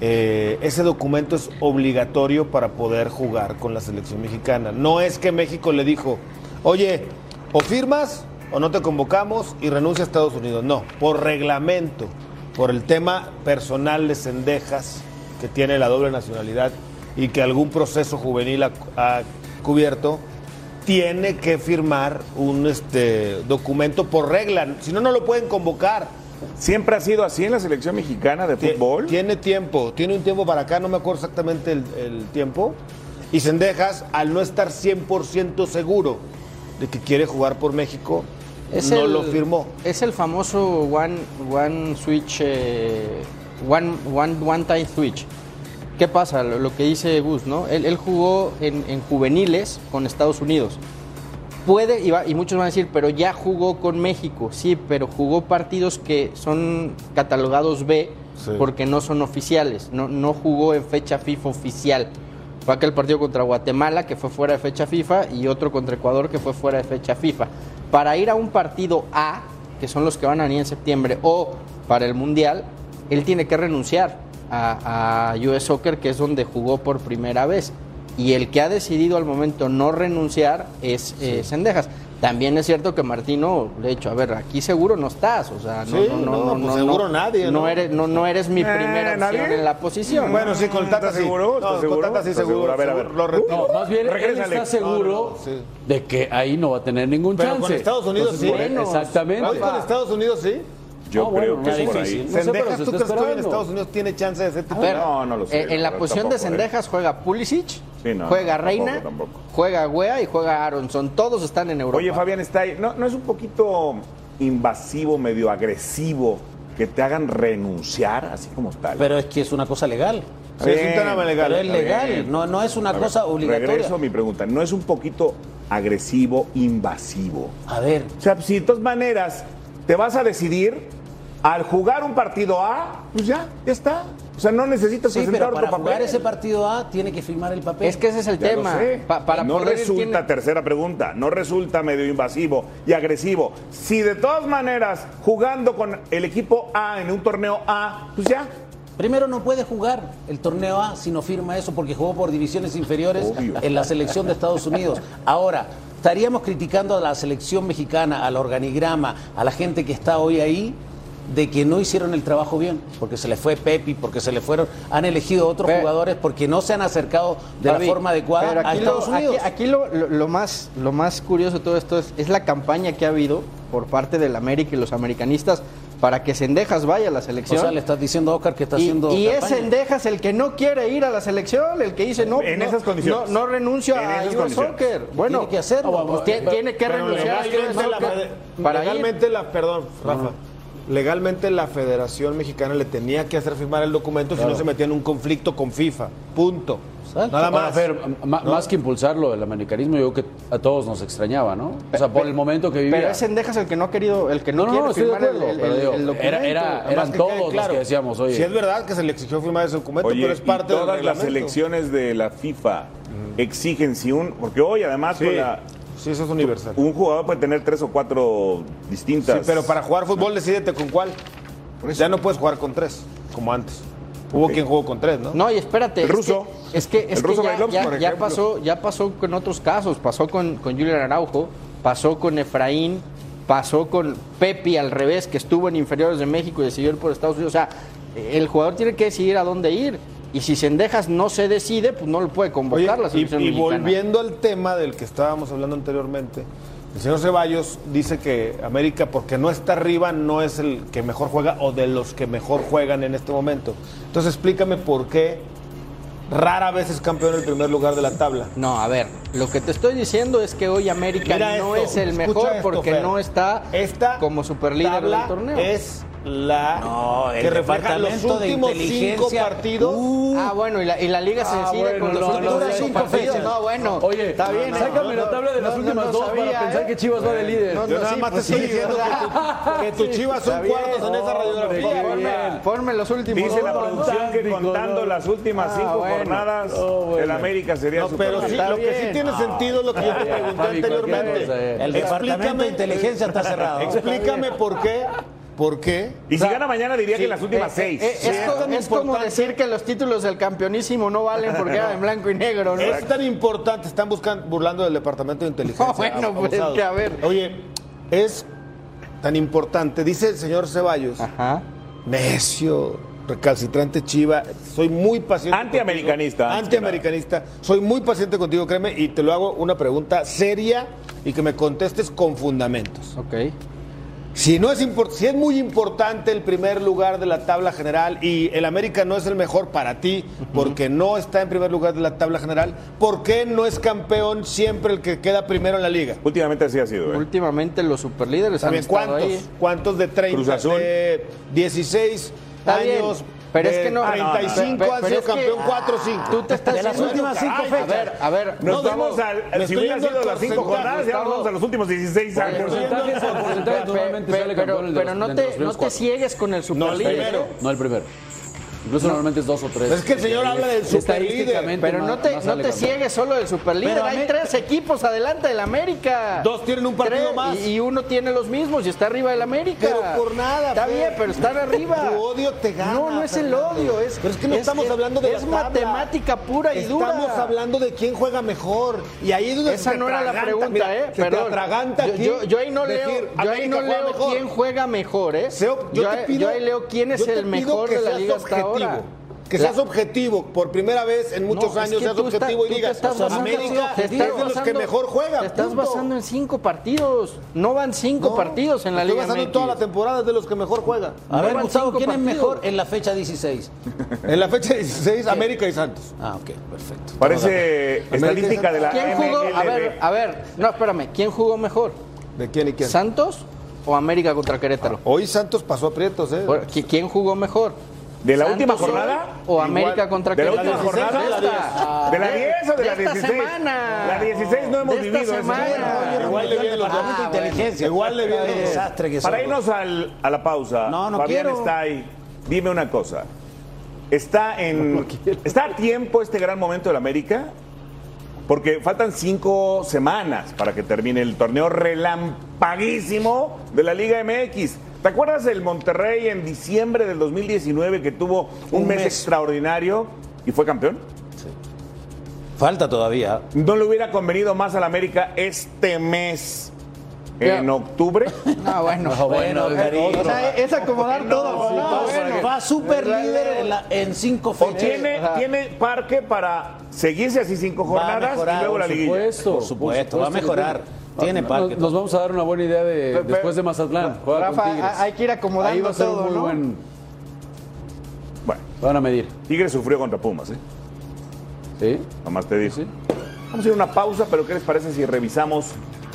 Speaker 12: eh, ese documento es obligatorio para poder jugar con la selección mexicana. No es que México le dijo, oye, o firmas o no te convocamos y renuncia a Estados Unidos. No, por reglamento, por el tema personal de Cendejas, que tiene la doble nacionalidad y que algún proceso juvenil ha- ha cubierto, tiene que firmar un este documento por regla, si no, no lo pueden convocar.
Speaker 9: ¿Siempre ha sido así en la selección mexicana de
Speaker 12: fútbol? Tiene tiempo, tiene un tiempo para acá, no me acuerdo exactamente el, el tiempo. Y Sendejas, al no estar 100% seguro de que quiere jugar por México, no lo firmó.
Speaker 5: Es el famoso one, one switch, eh, one, one, one time switch. ¿Qué pasa? Lo, lo que dice Gus, ¿no? Él, él jugó en, en juveniles con Estados Unidos. Puede, y, va- y muchos van a decir, pero ya jugó con México. Sí, pero jugó partidos que son catalogados B
Speaker 12: Sí.
Speaker 5: porque no son oficiales. No, no jugó en fecha FIFA oficial. Fue aquel partido contra Guatemala que fue fuera de fecha FIFA y otro contra Ecuador que fue fuera de fecha FIFA. Para ir a un partido A, que son los que van a venir en septiembre, o para el Mundial, él tiene que renunciar a, a US Soccer, que es donde jugó por primera vez. y el que ha decidido al momento no renunciar es eh, Sendejas. También es cierto que Martino le ha dicho, a ver, aquí seguro no estás, o sea, no,
Speaker 12: Sí,
Speaker 5: no, no,
Speaker 12: no,
Speaker 5: no,
Speaker 12: pues
Speaker 5: no,
Speaker 12: seguro
Speaker 5: no,
Speaker 12: nadie,
Speaker 5: no
Speaker 12: ¿no?
Speaker 5: eres, no, no eres mi
Speaker 12: Eh,
Speaker 5: primera
Speaker 12: ¿nadie?
Speaker 5: opción en la posición.
Speaker 12: Bueno, sí, con Tata
Speaker 5: ¿Estás
Speaker 12: sí.
Speaker 5: seguro?
Speaker 12: No,
Speaker 5: ¿Estás
Speaker 12: con
Speaker 5: seguro?
Speaker 12: Tata sí
Speaker 5: ¿Estás
Speaker 12: seguro.
Speaker 5: seguro? A ver, a
Speaker 12: seguro.
Speaker 5: ver.
Speaker 12: Lo retiro.
Speaker 10: No, más bien, él
Speaker 12: Regrésale.
Speaker 10: está seguro de que ahí no va a tener ningún
Speaker 12: Pero
Speaker 10: chance.
Speaker 12: con Estados Unidos
Speaker 10: Entonces,
Speaker 12: sí.
Speaker 10: bueno, exactamente.
Speaker 12: Hoy con Estados Unidos sí.
Speaker 10: Yo No, creo bueno, que está por ahí. difícil. No sé,
Speaker 12: Sendejas,
Speaker 10: pero se
Speaker 12: ¿tú
Speaker 10: está
Speaker 12: crees que hoy en
Speaker 10: esperando.
Speaker 12: Estados Unidos tiene chance de ser
Speaker 5: A
Speaker 12: titular?
Speaker 5: ver, eh, en la posición de Sendejas juega Pulisic,
Speaker 9: no,
Speaker 5: juega
Speaker 9: no,
Speaker 5: Reina,
Speaker 9: tampoco, tampoco.
Speaker 5: juega Guea y juega Aronson. Todos están en Europa.
Speaker 9: Oye, Fabián, está ahí. ¿No, ¿No es un poquito invasivo, medio agresivo que te hagan renunciar así como tal?
Speaker 11: Pero es que es una cosa legal.
Speaker 9: Sí, es un tema legal.
Speaker 11: Pero es
Speaker 9: Está
Speaker 11: legal,
Speaker 9: bien.
Speaker 11: no, no es una
Speaker 9: A ver,
Speaker 11: cosa obligatoria.
Speaker 9: Regreso a mi pregunta. ¿No es un poquito agresivo, invasivo?
Speaker 11: A ver.
Speaker 9: O sea, si de todas maneras te vas a decidir al jugar un partido A, pues ya, ya está. O sea, no necesitas
Speaker 11: Sí, pero
Speaker 9: presentar otro
Speaker 11: para
Speaker 9: papel.
Speaker 11: jugar ese partido A tiene que firmar el papel.
Speaker 9: Es que ese es el tema. no resulta, tercera pregunta, no resulta medio invasivo y agresivo. Si de todas maneras, jugando con el equipo A en un torneo A, pues ya.
Speaker 11: Primero no puede jugar el torneo A si no firma eso porque jugó por divisiones inferiores
Speaker 9: Obvio.
Speaker 11: en la selección de Estados Unidos. Ahora, estaríamos criticando a la selección mexicana, al organigrama, a la gente que está hoy ahí de que no hicieron el trabajo bien, porque se les fue Pepi, porque se les fueron, han elegido otros jugadores porque no se han acercado de
Speaker 5: Fabi,
Speaker 11: la forma adecuada
Speaker 5: pero
Speaker 11: a
Speaker 5: aquí
Speaker 11: Estados
Speaker 5: lo, aquí-
Speaker 11: Unidos.
Speaker 5: aquí lo- lo- lo más, lo más curioso de todo esto es, es la campaña que ha habido por parte del América y los americanistas para que Sendejas vaya a la selección.
Speaker 11: o sea, le estás diciendo a Oscar que está
Speaker 5: y,
Speaker 11: haciendo
Speaker 5: y es
Speaker 11: campaña.
Speaker 5: Sendejas el que no quiere ir a la selección, el que dice no,
Speaker 11: En
Speaker 5: no,
Speaker 11: esas condiciones.
Speaker 5: no, no renuncio
Speaker 11: En
Speaker 5: a
Speaker 11: esas
Speaker 5: US
Speaker 11: condiciones.
Speaker 5: Soccer. Bueno,
Speaker 11: Tiene que hacerlo.
Speaker 5: pues,
Speaker 11: Vamos,
Speaker 5: tie-
Speaker 11: pero-
Speaker 5: tiene que
Speaker 11: pero
Speaker 5: renunciar a US
Speaker 12: legalmente, la,
Speaker 5: Soccer
Speaker 12: para
Speaker 5: para
Speaker 12: legalmente la, perdón, Rafa, legalmente la Federación Mexicana le tenía que hacer firmar el documento si
Speaker 10: Claro.
Speaker 12: no se metía en un conflicto con FIFA. Punto. Nada
Speaker 10: Ahora,
Speaker 12: más.
Speaker 10: Fer, m- ma-
Speaker 12: ¿No?
Speaker 10: Más que impulsarlo, el americanismo, yo creo que a todos nos extrañaba, ¿no? O sea, por el momento que
Speaker 5: ir.
Speaker 10: vivía.
Speaker 5: Pero es Sendejas el que no ha querido, el que no,
Speaker 10: No, no,
Speaker 5: quiere
Speaker 10: no, estoy de
Speaker 5: firmar el-
Speaker 10: acuerdo,
Speaker 5: el,
Speaker 10: pero
Speaker 5: el-
Speaker 10: digo,
Speaker 5: el documento.
Speaker 10: era- era-
Speaker 5: Además
Speaker 10: eran
Speaker 5: que
Speaker 10: todos
Speaker 5: quede
Speaker 10: los
Speaker 5: claro.
Speaker 10: que decíamos, oye.
Speaker 12: Si es verdad que se le exigió firmar ese documento,
Speaker 9: Oye,
Speaker 12: pero es parte
Speaker 9: y todas
Speaker 12: del
Speaker 9: las
Speaker 12: reglamento.
Speaker 9: elecciones de la FIFA exigen si un, porque hoy además
Speaker 12: Sí,
Speaker 9: con la-
Speaker 12: sí, eso es universal.
Speaker 9: un jugador puede tener tres o cuatro distintas.
Speaker 12: Sí, pero para jugar fútbol decidete con cuál. Ya no puedes jugar con tres, como antes. Hubo quien jugó con tres, ¿no?
Speaker 5: No, y espérate.
Speaker 12: El
Speaker 5: es
Speaker 12: ruso.
Speaker 5: que- Es que, es
Speaker 12: El
Speaker 5: que
Speaker 12: ruso
Speaker 5: ya,
Speaker 12: Brailovsky,
Speaker 5: ya-
Speaker 12: por
Speaker 5: ya
Speaker 12: ejemplo.
Speaker 5: pasó, ya pasó con otros casos. Pasó con, con Julian Araujo, pasó con Efraín, pasó con Pepi al revés, que estuvo en inferiores de México y decidió ir por Estados Unidos. O sea, el jugador tiene que decidir a dónde ir. Y si Sendejas no se decide, pues no lo puede
Speaker 12: Oye,
Speaker 5: convocar la
Speaker 12: y,
Speaker 5: selección
Speaker 12: y
Speaker 5: mexicana.
Speaker 12: volviendo al tema del que estábamos hablando anteriormente, el señor Ceballos dice que América, porque no está arriba, no es el que mejor juega o de los que mejor juegan en este momento. Entonces explícame por qué rara vez es campeón en el primer lugar de la tabla.
Speaker 5: No, a ver, lo que te estoy diciendo es que hoy América
Speaker 12: Mira
Speaker 5: no
Speaker 12: esto,
Speaker 5: es el
Speaker 12: escucha
Speaker 5: mejor
Speaker 12: esto,
Speaker 5: porque
Speaker 12: Fer.
Speaker 5: no está como superlíder del
Speaker 12: tabla
Speaker 5: torneo.
Speaker 12: es la
Speaker 11: el
Speaker 12: que refleja los
Speaker 11: departamento de
Speaker 12: últimos cinco
Speaker 11: inteligencia.
Speaker 12: partidos.
Speaker 9: uh.
Speaker 5: ah, bueno, y la, y la liga se
Speaker 12: Ah,
Speaker 5: decide
Speaker 12: bueno,
Speaker 5: con los
Speaker 12: no, no,
Speaker 5: últimos
Speaker 12: no,
Speaker 5: cinco
Speaker 12: no, no,
Speaker 5: partidos.
Speaker 12: no,
Speaker 5: No, bueno,
Speaker 10: Oye,
Speaker 5: está bien.
Speaker 10: no,
Speaker 5: ¿eh?
Speaker 10: sácame la tabla de las
Speaker 5: no,
Speaker 10: últimas
Speaker 5: no
Speaker 10: dos
Speaker 5: sabía,
Speaker 10: para pensar
Speaker 5: ¿eh?
Speaker 10: que Chivas va de líder.
Speaker 5: No,
Speaker 12: Yo
Speaker 5: no,
Speaker 12: nada
Speaker 5: sí,
Speaker 12: más te
Speaker 5: pues
Speaker 12: estoy
Speaker 5: sí,
Speaker 12: diciendo
Speaker 5: ¿verdad?
Speaker 12: que tu, que tu Chivas son
Speaker 5: Está bien,
Speaker 12: cuartos en esa
Speaker 5: hombre,
Speaker 12: radiografía.
Speaker 5: qué bien. Ponme los últimos
Speaker 9: Dice la
Speaker 5: dos.
Speaker 9: producción que contando las últimas
Speaker 5: Ah,
Speaker 9: cinco
Speaker 5: bueno.
Speaker 9: jornadas, el América sería
Speaker 12: No, pero sí,
Speaker 9: superlíder.
Speaker 12: lo que sí tiene sentido es lo
Speaker 9: Ah,
Speaker 12: que yo te pregunté anteriormente.
Speaker 11: El departamento de inteligencia está cerrado.
Speaker 12: Explícame por qué. ¿Por qué?
Speaker 9: Y si gana mañana diría que en las últimas
Speaker 5: Eh,
Speaker 9: seis.
Speaker 5: eh, eh, es, co- es como decir que los títulos del campeonísimo no valen porque eran en blanco y negro, ¿no?
Speaker 12: Es tan importante, están buscando, burlando del departamento de
Speaker 5: [LAUGHS]
Speaker 12: inteligencia.
Speaker 5: No, bueno,
Speaker 12: ab-
Speaker 5: pues, es
Speaker 12: abusados.
Speaker 5: que, a ver.
Speaker 12: Oye, es tan importante, dice el señor Ceballos. Necio, recalcitrante chiva, soy muy paciente.
Speaker 9: Antiamericanista, antes
Speaker 12: contigo.
Speaker 9: que
Speaker 12: Antiamericanista. Soy muy paciente contigo, créeme, y te lo hago una pregunta seria y que me contestes con fundamentos.
Speaker 5: Ok.
Speaker 12: Si, no es impor- si es muy importante el primer lugar de la tabla general y el América no es el mejor para ti porque no está en primer lugar de la tabla general, ¿por qué no es campeón siempre el que queda primero en la liga?
Speaker 9: Últimamente así ha sido. ¿eh?
Speaker 5: Últimamente los superlíderes
Speaker 12: Está
Speaker 5: han
Speaker 12: bien,
Speaker 5: estado
Speaker 12: ¿cuántos?
Speaker 5: ahí.
Speaker 12: ¿Cuántos de 30?
Speaker 9: Cruz Azul.
Speaker 12: De 16
Speaker 5: Está bien,
Speaker 12: años.
Speaker 5: pero es
Speaker 12: de
Speaker 5: que no-
Speaker 12: 35
Speaker 5: Pero-
Speaker 12: han
Speaker 5: pero
Speaker 12: sido
Speaker 5: es que-
Speaker 12: campeón 4 o 5.
Speaker 5: Tú te estás
Speaker 12: De las
Speaker 5: yendo-
Speaker 12: últimas cinco
Speaker 5: Caray, A ver,
Speaker 12: fechas.
Speaker 5: a ver.
Speaker 9: Nos
Speaker 12: No,
Speaker 9: vamos
Speaker 12: no, me
Speaker 9: al. Si
Speaker 12: estoy
Speaker 9: hubieran
Speaker 12: yendo
Speaker 9: sido
Speaker 12: al
Speaker 9: las cinco
Speaker 12: porcentaje,
Speaker 9: jornadas, ya nos vamos a los últimos 16
Speaker 10: Por
Speaker 9: años.
Speaker 10: porcentajes, por porcentajes, normalmente
Speaker 5: Pe-
Speaker 10: sale
Speaker 5: pero
Speaker 10: campeón de
Speaker 5: pero
Speaker 10: los-
Speaker 5: no
Speaker 10: de
Speaker 5: te,
Speaker 10: los primeros
Speaker 5: no te
Speaker 10: cuatro.
Speaker 5: ciegues con el ¿eh?
Speaker 10: No el
Speaker 5: superlíder.
Speaker 10: primero. No el primero. Incluso normalmente es dos o tres.
Speaker 12: Es que el señor habla del
Speaker 10: Estadísticamente
Speaker 12: superlíder.
Speaker 5: Pero
Speaker 10: más-
Speaker 5: no te,
Speaker 10: más
Speaker 5: no
Speaker 10: sale
Speaker 5: te
Speaker 10: campeón.
Speaker 5: ciegues solo del superlíder.
Speaker 10: Pero a
Speaker 5: Hay
Speaker 10: mí-
Speaker 5: tres equipos adelante del América.
Speaker 12: Dos tienen un partido
Speaker 5: Tres,
Speaker 12: más.
Speaker 5: Y, y uno tiene los mismos y está arriba del América.
Speaker 12: Pero por nada,
Speaker 5: Está
Speaker 12: Fer.
Speaker 5: bien, pero están
Speaker 12: [LAUGHS]
Speaker 5: arriba.
Speaker 12: Tu odio te gana,
Speaker 5: No, no es el
Speaker 12: Fernando.
Speaker 5: odio. Es,
Speaker 12: Pero es que no estamos hablando de la
Speaker 5: Es
Speaker 12: tabla.
Speaker 5: matemática pura y dura.
Speaker 12: Estamos hablando de quién juega mejor. Y ahí es donde
Speaker 5: Esa
Speaker 12: se te
Speaker 5: no era la
Speaker 12: atraganta.
Speaker 5: pregunta,
Speaker 12: Mira,
Speaker 5: ¿eh?
Speaker 12: se te
Speaker 5: Perdón.
Speaker 12: atraganta
Speaker 5: yo,
Speaker 12: aquí
Speaker 5: yo- yo ahí no
Speaker 12: decir,
Speaker 5: leo, yo ahí
Speaker 12: América
Speaker 5: no
Speaker 12: juega
Speaker 5: leo
Speaker 12: mejor.
Speaker 5: quién juega mejor, ¿eh?
Speaker 12: Seo, yo, te
Speaker 5: ahí-
Speaker 12: pido,
Speaker 5: yo ahí leo quién es
Speaker 12: yo te
Speaker 5: el
Speaker 12: pido
Speaker 5: mejor
Speaker 12: que
Speaker 5: de la
Speaker 12: seas
Speaker 5: liga hasta
Speaker 12: objetivo,
Speaker 5: ahora.
Speaker 12: Que
Speaker 5: La-
Speaker 12: seas objetivo, por primera vez en muchos
Speaker 5: No, es
Speaker 12: años
Speaker 5: que
Speaker 12: seas
Speaker 5: tú
Speaker 12: objetivo
Speaker 5: estás- tú
Speaker 12: y
Speaker 5: te
Speaker 12: digas,
Speaker 5: estás basando-
Speaker 12: América
Speaker 5: te estás
Speaker 12: es de los que
Speaker 5: basando-
Speaker 12: mejor juega.
Speaker 5: Te estás
Speaker 12: punto.
Speaker 5: basando en cinco partidos. No van cinco
Speaker 12: No,
Speaker 5: partidos en la
Speaker 12: te
Speaker 5: Liga
Speaker 12: Estoy basando en
Speaker 5: MX.
Speaker 12: toda la temporada es de los que mejor juega.
Speaker 11: A ver,
Speaker 5: Juegan
Speaker 11: Gustavo,
Speaker 5: cinco
Speaker 11: ¿quién es
Speaker 5: partidos.
Speaker 11: mejor en la fecha 16?
Speaker 12: En la
Speaker 5: [LAUGHS]
Speaker 12: fecha 16, América y Santos.
Speaker 11: Ah, ok, perfecto.
Speaker 9: Parece Eh, estadística de la
Speaker 5: ¿Quién jugó? A ver, a ver, no, espérame. ¿Quién jugó mejor?
Speaker 12: ¿De quién y quién? Ah,
Speaker 5: ¿Santos o América contra Querétaro?
Speaker 12: Hoy Santos pasó a Prietos, ¿eh?
Speaker 5: Ahora, ¿qui- ¿Quién jugó mejor?
Speaker 9: ¿De la
Speaker 5: ¿Santos
Speaker 9: última
Speaker 5: hoy
Speaker 9: jornada?
Speaker 5: ¿O América
Speaker 9: Igual.
Speaker 5: contra
Speaker 9: ¿De la
Speaker 5: Querétaro?
Speaker 9: última jornada?
Speaker 5: De
Speaker 9: ¿De la
Speaker 5: esta.
Speaker 9: 10? ¿De la 10 o de la
Speaker 5: esta
Speaker 9: 16?
Speaker 5: semana.
Speaker 9: La 16 no hemos
Speaker 5: De esta
Speaker 9: vivido eso.
Speaker 5: semana.
Speaker 9: Igual le viene los
Speaker 11: Ah, bueno. inteligencia.
Speaker 12: Igual le viene
Speaker 11: Qué
Speaker 12: los-
Speaker 11: desastre que
Speaker 9: Para
Speaker 11: somos.
Speaker 9: irnos al- a la pausa,
Speaker 11: No, no
Speaker 9: Fabián
Speaker 11: quiero.
Speaker 9: está ahí. Dime una cosa. ¿Está, en, ¿Está a tiempo este gran momento del América? Porque faltan cinco semanas para que termine el torneo relampaguísimo de la Liga MX. ¿Te acuerdas del Monterrey en diciembre del 2019 que tuvo un,
Speaker 11: Un
Speaker 9: mes,
Speaker 11: mes.
Speaker 9: extraordinario y fue campeón?
Speaker 11: Falta todavía.
Speaker 9: ¿No le hubiera convenido más al América este mes en
Speaker 5: Ya.
Speaker 11: [LAUGHS]
Speaker 9: octubre?
Speaker 5: No, Ah, bueno.
Speaker 11: No, bueno, cariño.
Speaker 5: O sea, es acomodar todo.
Speaker 11: Sí,
Speaker 5: No,
Speaker 11: va-
Speaker 5: bueno.
Speaker 11: Va super líder en, la- en cinco
Speaker 9: ¿O
Speaker 11: fechas.
Speaker 9: tiene,
Speaker 11: Ajá.
Speaker 9: tiene parque para seguirse así cinco
Speaker 11: Va a
Speaker 9: jornadas
Speaker 11: mejorar,
Speaker 9: y luego la
Speaker 11: por
Speaker 9: liguilla?
Speaker 10: Supuesto, este
Speaker 11: Por supuesto, va a mejorar.
Speaker 10: Va-
Speaker 11: Tiene
Speaker 10: nos-
Speaker 11: parque.
Speaker 10: Nos vamos a dar una buena idea de después de Mazatlán. Juega con
Speaker 5: Rafa,
Speaker 10: Tigres.
Speaker 5: a- hay que ir acomodando
Speaker 10: Ahí va a ser un
Speaker 5: todo,
Speaker 10: muy
Speaker 5: ¿no?
Speaker 10: buen.
Speaker 9: Bueno,
Speaker 10: Van a medir.
Speaker 9: Tigres sufrió contra Pumas, ¿eh?
Speaker 10: ¿Sí?
Speaker 9: Nomás te digo. Vamos a ir a una pausa, pero ¿qué les parece si revisamos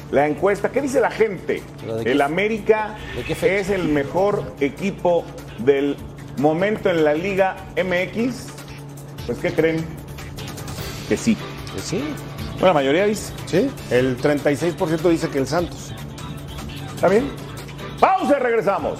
Speaker 9: la encuesta? ¿Qué dice la gente?
Speaker 11: ¿Pero de qué-
Speaker 9: El América
Speaker 11: de qué fecha?
Speaker 9: es el mejor equipo del momento en la Liga MX. Pues, ¿qué creen? Que sí.
Speaker 11: Sí.
Speaker 9: Bueno, la mayoría dice.
Speaker 12: Sí, el 36% dice que el Santos.
Speaker 9: ¿Está bien? Pausa y regresamos.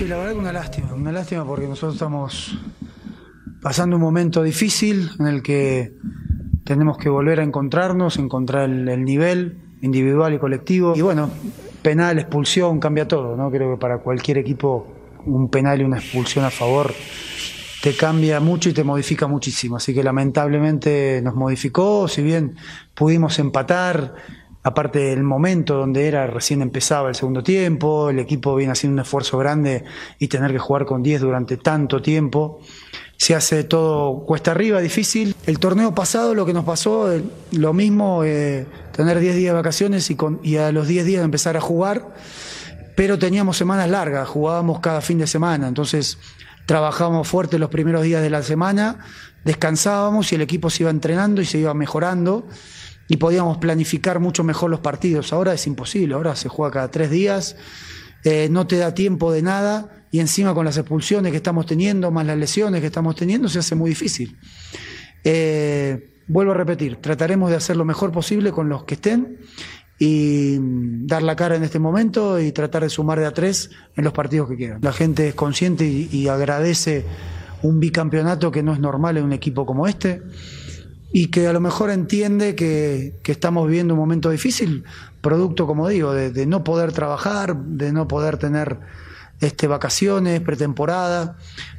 Speaker 13: Y la verdad que una lástima, una lástima porque nosotros estamos pasando un momento difícil en el que tenemos que volver a encontrarnos, encontrar el, el nivel individual y colectivo. Y bueno, penal, expulsión, cambia todo, ¿no? Creo que para cualquier equipo un penal y una expulsión a favor te cambia mucho y te modifica muchísimo. Así que lamentablemente nos modificó, si bien pudimos empatar, aparte del momento donde era, recién empezaba el segundo tiempo, el equipo viene haciendo un esfuerzo grande y tener que jugar con 10 durante tanto tiempo. Se hace todo cuesta arriba, difícil. El torneo pasado lo que nos pasó, eh, lo mismo, eh, tener 10 días de vacaciones y, con- y a los 10 días empezar a jugar pero teníamos semanas largas, jugábamos cada fin de semana, entonces trabajábamos fuerte los primeros días de la semana, descansábamos y el equipo se iba entrenando y se iba mejorando y podíamos planificar mucho mejor los partidos. Ahora es imposible, ahora se juega cada tres días, eh, no te da tiempo de nada y encima con las expulsiones que estamos teniendo, más las lesiones que estamos teniendo, se hace muy difícil. Eh, vuelvo a repetir, trataremos de hacer lo mejor posible con los que estén y mm, dar la cara en este momento y tratar de sumar de a tres en los partidos que quedan. La gente es consciente y, y agradece un bicampeonato que no es normal en un equipo como este y que a lo mejor entiende que, que estamos viviendo un momento difícil, producto, como digo, de, de no poder trabajar, de no poder tener este, vacaciones, pretemporada,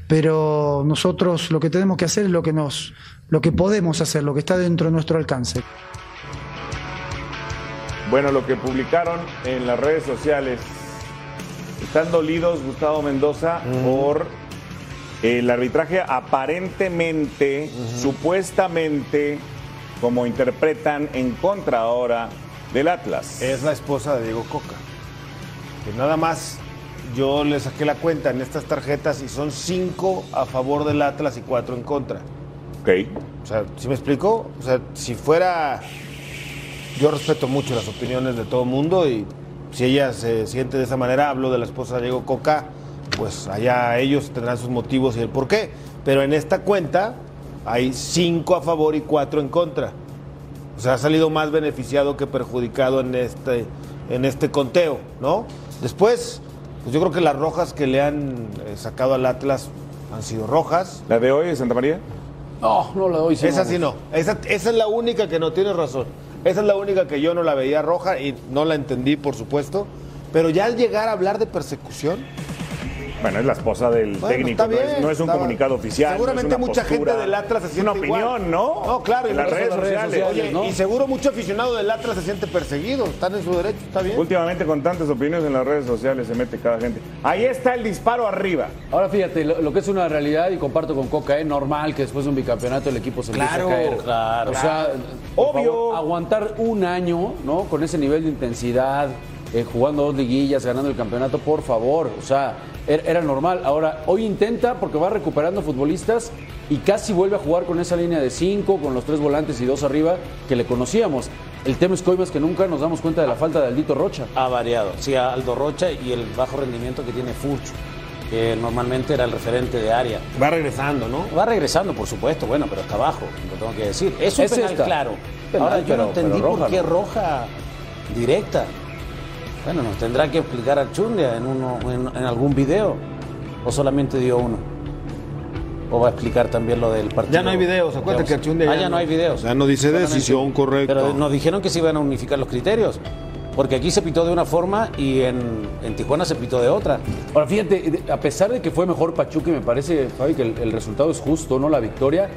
Speaker 13: pero nosotros lo que tenemos que hacer es lo que, nos, lo que podemos hacer, lo que está dentro de nuestro alcance.
Speaker 9: Bueno, lo que publicaron en las redes sociales Están dolidos Gustavo Mendoza por el arbitraje aparentemente, supuestamente, como interpretan en contra ahora del Atlas.
Speaker 12: Es la esposa de Diego Coca. Que nada más yo le saqué la cuenta en estas tarjetas y son cinco a favor del Atlas y cuatro en contra.
Speaker 9: Ok.
Speaker 12: O sea, ¿sí me explico? O sea, si fuera. Yo respeto mucho las opiniones de todo mundo y si ella se siente de esa manera, hablo de la esposa de Diego Coca, pues allá ellos tendrán sus motivos y el por qué. Pero en esta cuenta hay cinco a favor y cuatro en contra. O sea, ha salido más beneficiado que perjudicado en este, en este conteo, ¿no? Después, pues yo creo que las rojas que le han eh, sacado al Atlas han sido rojas.
Speaker 9: ¿La de hoy de Santa María?
Speaker 12: No, no la doy.
Speaker 9: sí,
Speaker 12: esa
Speaker 9: no.
Speaker 12: sí no. Esa, esa es la única que no tiene razón. Esa es la única que yo no la veía roja y no la entendí, por supuesto. Pero ya al llegar a hablar de persecución,
Speaker 9: Bueno, es la esposa del
Speaker 12: Bueno,
Speaker 9: técnico,
Speaker 12: está bien,
Speaker 9: no, es, no es un
Speaker 12: está-
Speaker 9: comunicado oficial.
Speaker 12: Seguramente mucha gente del Atlas se siente
Speaker 9: una opinión,
Speaker 12: igual.
Speaker 9: ¿no?
Speaker 12: No, claro, y
Speaker 9: en las
Speaker 12: por eso
Speaker 9: redes sociales.
Speaker 12: Oye, y seguro mucho aficionado del Atlas se siente perseguido, están en su derecho, está bien.
Speaker 9: Últimamente con tantas opiniones en las redes sociales se mete cada gente. Ahí está el disparo arriba.
Speaker 10: Ahora fíjate, lo, lo que es una realidad, y comparto con Coca, es normal que después de un bicampeonato el equipo se
Speaker 9: Claro,
Speaker 10: empiece a caer.
Speaker 9: claro.
Speaker 10: O sea, por favor, aguantar un año, ¿no? Con ese nivel de intensidad, eh, jugando dos liguillas, ganando el campeonato, por favor. O sea, er- era normal. Ahora, hoy intenta porque va recuperando futbolistas y casi vuelve a jugar con esa línea de cinco, con los tres volantes y dos arriba que le conocíamos. El tema es que hoy más que nunca nos damos cuenta de la falta de Aldito Rocha.
Speaker 11: Ha variado. Sí, a Aldo Rocha y el bajo rendimiento que tiene Furcho, que normalmente era el referente de área.
Speaker 12: Va regresando, ¿no?
Speaker 11: Va regresando, por supuesto, bueno, pero está abajo, lo tengo que decir. Es un
Speaker 10: Es
Speaker 11: penal
Speaker 10: esta.
Speaker 11: claro.
Speaker 10: Penal,
Speaker 11: Ahora, yo
Speaker 10: pero-
Speaker 11: no entendí
Speaker 10: pero roja,
Speaker 11: por qué
Speaker 10: ¿no?
Speaker 11: roja directa. Bueno, nos tendrá que explicar a Chundia en, uno, en, en algún video, o solamente dio uno. O va a explicar también lo del partido.
Speaker 12: Ya no hay videos, acuérdate que Archundia
Speaker 11: Ah,
Speaker 12: ya
Speaker 11: ya
Speaker 12: no-
Speaker 11: no hay videos.
Speaker 12: Ya no dice
Speaker 11: Solamente-
Speaker 12: decisión correcta.
Speaker 11: Pero nos dijeron que se iban a unificar los criterios. Porque aquí se pitó de una forma y en, en Tijuana se pitó de otra.
Speaker 10: Ahora fíjate, de- a pesar de que fue mejor Pachuca, y me parece, Fabi, que el, el resultado es justo, ¿no? La victoria.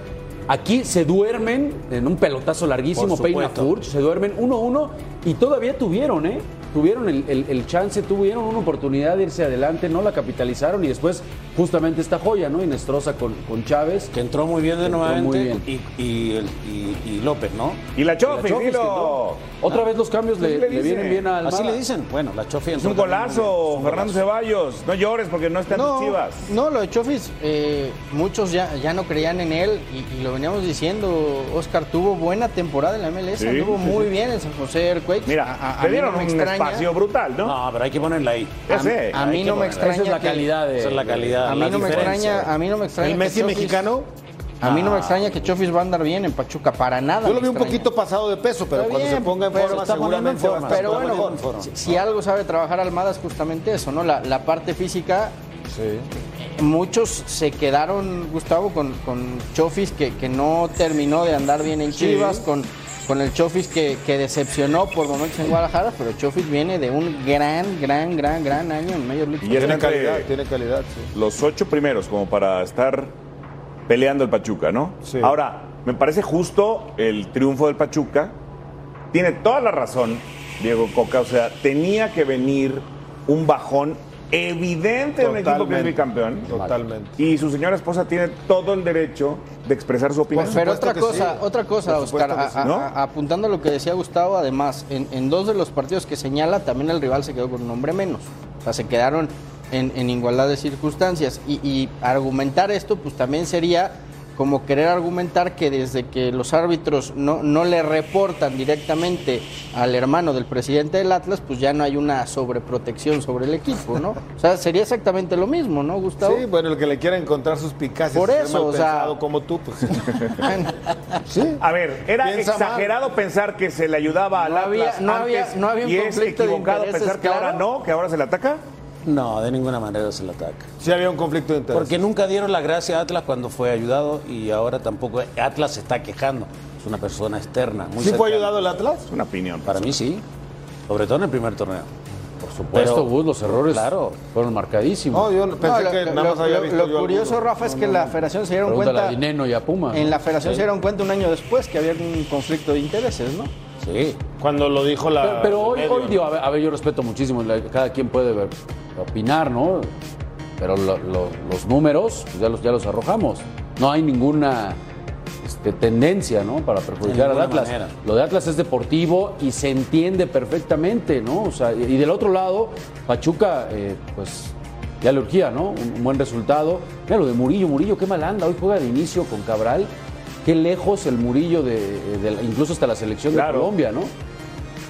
Speaker 10: Aquí se duermen en un pelotazo larguísimo,
Speaker 11: Por
Speaker 10: Peina
Speaker 11: supuesto.
Speaker 10: Furch, se duermen 1-1 y todavía tuvieron, ¿eh? Tuvieron el, el- el chance, tuvieron una oportunidad de irse adelante, no la capitalizaron y después justamente esta joya, ¿no? Inestrosa con, con Chávez. Que
Speaker 11: entró muy bien de nuevamente Y, y el- y- y López, ¿no?
Speaker 9: Y la Chofis,
Speaker 11: Chofis, que
Speaker 9: dilo.
Speaker 11: entró.
Speaker 10: Otra vez los cambios
Speaker 11: Así
Speaker 10: le- le
Speaker 11: dicen.
Speaker 10: vienen bien a Almada.
Speaker 11: Así le dicen. Bueno, la Chofi
Speaker 9: Es un golazo, Fernando Ceballos. No llores porque no están
Speaker 5: No,
Speaker 9: en Chivas.
Speaker 5: no, lo de Chofis, eh, muchos ya, ya no creían en él y, y lo veníamos diciendo, Oscar tuvo buena temporada en la MLS,
Speaker 11: Sí,
Speaker 5: anduvo
Speaker 11: sí,
Speaker 5: muy
Speaker 11: sí.
Speaker 5: bien en San José Earthquakes. A- a- a mí no me extraña-
Speaker 9: brutal, ¿no?
Speaker 11: No, pero hay que ponerla ahí.
Speaker 5: Ya A- sé. a
Speaker 11: Hay
Speaker 5: mí
Speaker 11: que
Speaker 5: no me
Speaker 11: ponerla.
Speaker 5: extraña
Speaker 11: Esa es la
Speaker 5: que-
Speaker 11: calidad. de-
Speaker 5: Esa es la calidad,
Speaker 11: de-
Speaker 5: A mí
Speaker 11: la
Speaker 5: no me
Speaker 11: diferencia.
Speaker 5: extraña, a mí no me extraña.
Speaker 11: ¿El
Speaker 5: que
Speaker 11: Messi
Speaker 5: Chofis-
Speaker 11: mexicano?
Speaker 5: A mí no me
Speaker 11: Ah.
Speaker 5: extraña que Chofis va a andar bien en Pachuca, para nada.
Speaker 12: Yo lo
Speaker 5: me
Speaker 12: vi un
Speaker 5: extraña.
Speaker 12: poquito pasado de peso, pero
Speaker 5: Está
Speaker 12: cuando
Speaker 5: bien,
Speaker 12: se ponga en
Speaker 5: pero
Speaker 12: forma
Speaker 5: está poniendo en
Speaker 12: seguramente va a
Speaker 5: forma.
Speaker 12: estar
Speaker 5: Pero
Speaker 12: en
Speaker 5: bueno,
Speaker 12: buena forma.
Speaker 5: si, si algo sabe trabajar Almada es justamente eso, ¿no? La, la parte física. Muchos se quedaron, Gustavo, con, con Chofis que, que no terminó de andar bien en
Speaker 12: Sí.
Speaker 5: Chivas, con, con el Chofis que, que decepcionó por momentos en Guadalajara, pero Chofis viene de un gran, gran, gran, gran año en Major League.
Speaker 9: Y es
Speaker 5: Soccer.
Speaker 9: entre
Speaker 12: Tiene calidad, sí.
Speaker 9: los ocho primeros como para estar peleando el Pachuca, ¿no? Ahora, me parece justo el triunfo del Pachuca. Tiene toda la razón Diego Coca. O sea, tenía que venir un bajón evidente de un equipo que es
Speaker 12: Totalmente.
Speaker 9: bicampeón.
Speaker 12: Totalmente.
Speaker 9: Y su señora esposa tiene todo el derecho de expresar su opinión.
Speaker 5: Pues, Pero otra cosa, otra cosa,
Speaker 9: Por supuesto
Speaker 5: Oscar,
Speaker 9: que sí.
Speaker 5: a- a-
Speaker 9: ¿No?
Speaker 5: a- apuntando a lo que decía Gustavo, además, en, en dos de los partidos que señala, también el rival se quedó con un hombre menos. O sea, se quedaron en, en igualdad de circunstancias. Y, y argumentar esto, pues también sería como querer argumentar que desde que los árbitros no, no le reportan directamente al hermano del presidente del Atlas, pues ya no hay una sobreprotección sobre el equipo, ¿no? O sea, sería exactamente lo mismo, ¿no, Gustavo?
Speaker 12: Sí, bueno, el que le quiera encontrar sus picaces.
Speaker 5: Por
Speaker 12: es
Speaker 5: eso,
Speaker 12: mal
Speaker 5: o sea-
Speaker 12: pensado como tú,
Speaker 5: [LAUGHS]
Speaker 12: pues.
Speaker 9: A ver, era
Speaker 12: Piensa mal.
Speaker 9: exagerado pensar que se le ayudaba al
Speaker 5: No había-
Speaker 9: Atlas
Speaker 5: no
Speaker 9: antes
Speaker 5: había- no había un
Speaker 9: y es
Speaker 5: conflicto de
Speaker 9: equivocado
Speaker 5: intereses,
Speaker 9: pensar que ahora
Speaker 5: claro.
Speaker 9: no, que ahora se le ataca.
Speaker 11: No, de ninguna manera se le ataca.
Speaker 12: Sí había un conflicto de intereses.
Speaker 11: Porque nunca dieron la gracia a Atlas cuando fue ayudado y ahora tampoco Atlas se está quejando. Es una persona externa. Muy
Speaker 12: ¿Sí fue
Speaker 11: cercana.
Speaker 12: ayudado el Atlas?
Speaker 9: Una opinión.
Speaker 11: Para mí sí. Sobre todo en el primer torneo. Por
Speaker 10: supuesto, Gus, los errores
Speaker 11: Claro.
Speaker 10: Fueron marcadísimos.
Speaker 5: No, lo- lo- lo- lo curioso, Rafa, es que la federación se dieron
Speaker 10: Pregúntale
Speaker 5: cuenta.
Speaker 10: a Dineno y a Puma.
Speaker 5: En
Speaker 10: ¿no?
Speaker 5: la federación se dieron cuenta un año después que había un conflicto de intereses, ¿no?
Speaker 11: Sí.
Speaker 12: Cuando lo dijo
Speaker 10: Pero, pero hoy, hoy digo, a ver, a ver, yo respeto muchísimo, la- cada quien puede ver, opinar, ¿no? Pero lo- lo- los números pues ya, los, ya los arrojamos. No hay ninguna este, tendencia, ¿no? Para perjudicar al
Speaker 11: ninguna
Speaker 10: Atlas.
Speaker 11: manera.
Speaker 10: Lo de Atlas es deportivo y se entiende perfectamente, ¿no? O sea, y y del otro lado, Pachuca, eh, pues ya le urgía, ¿no? Un, un buen resultado. Mira lo de Murillo, Murillo, qué mal anda. Hoy juega de inicio con Cabral. Qué lejos el Murillo, de, eh, de la- incluso hasta la selección de
Speaker 5: Claro.
Speaker 10: Colombia, ¿no?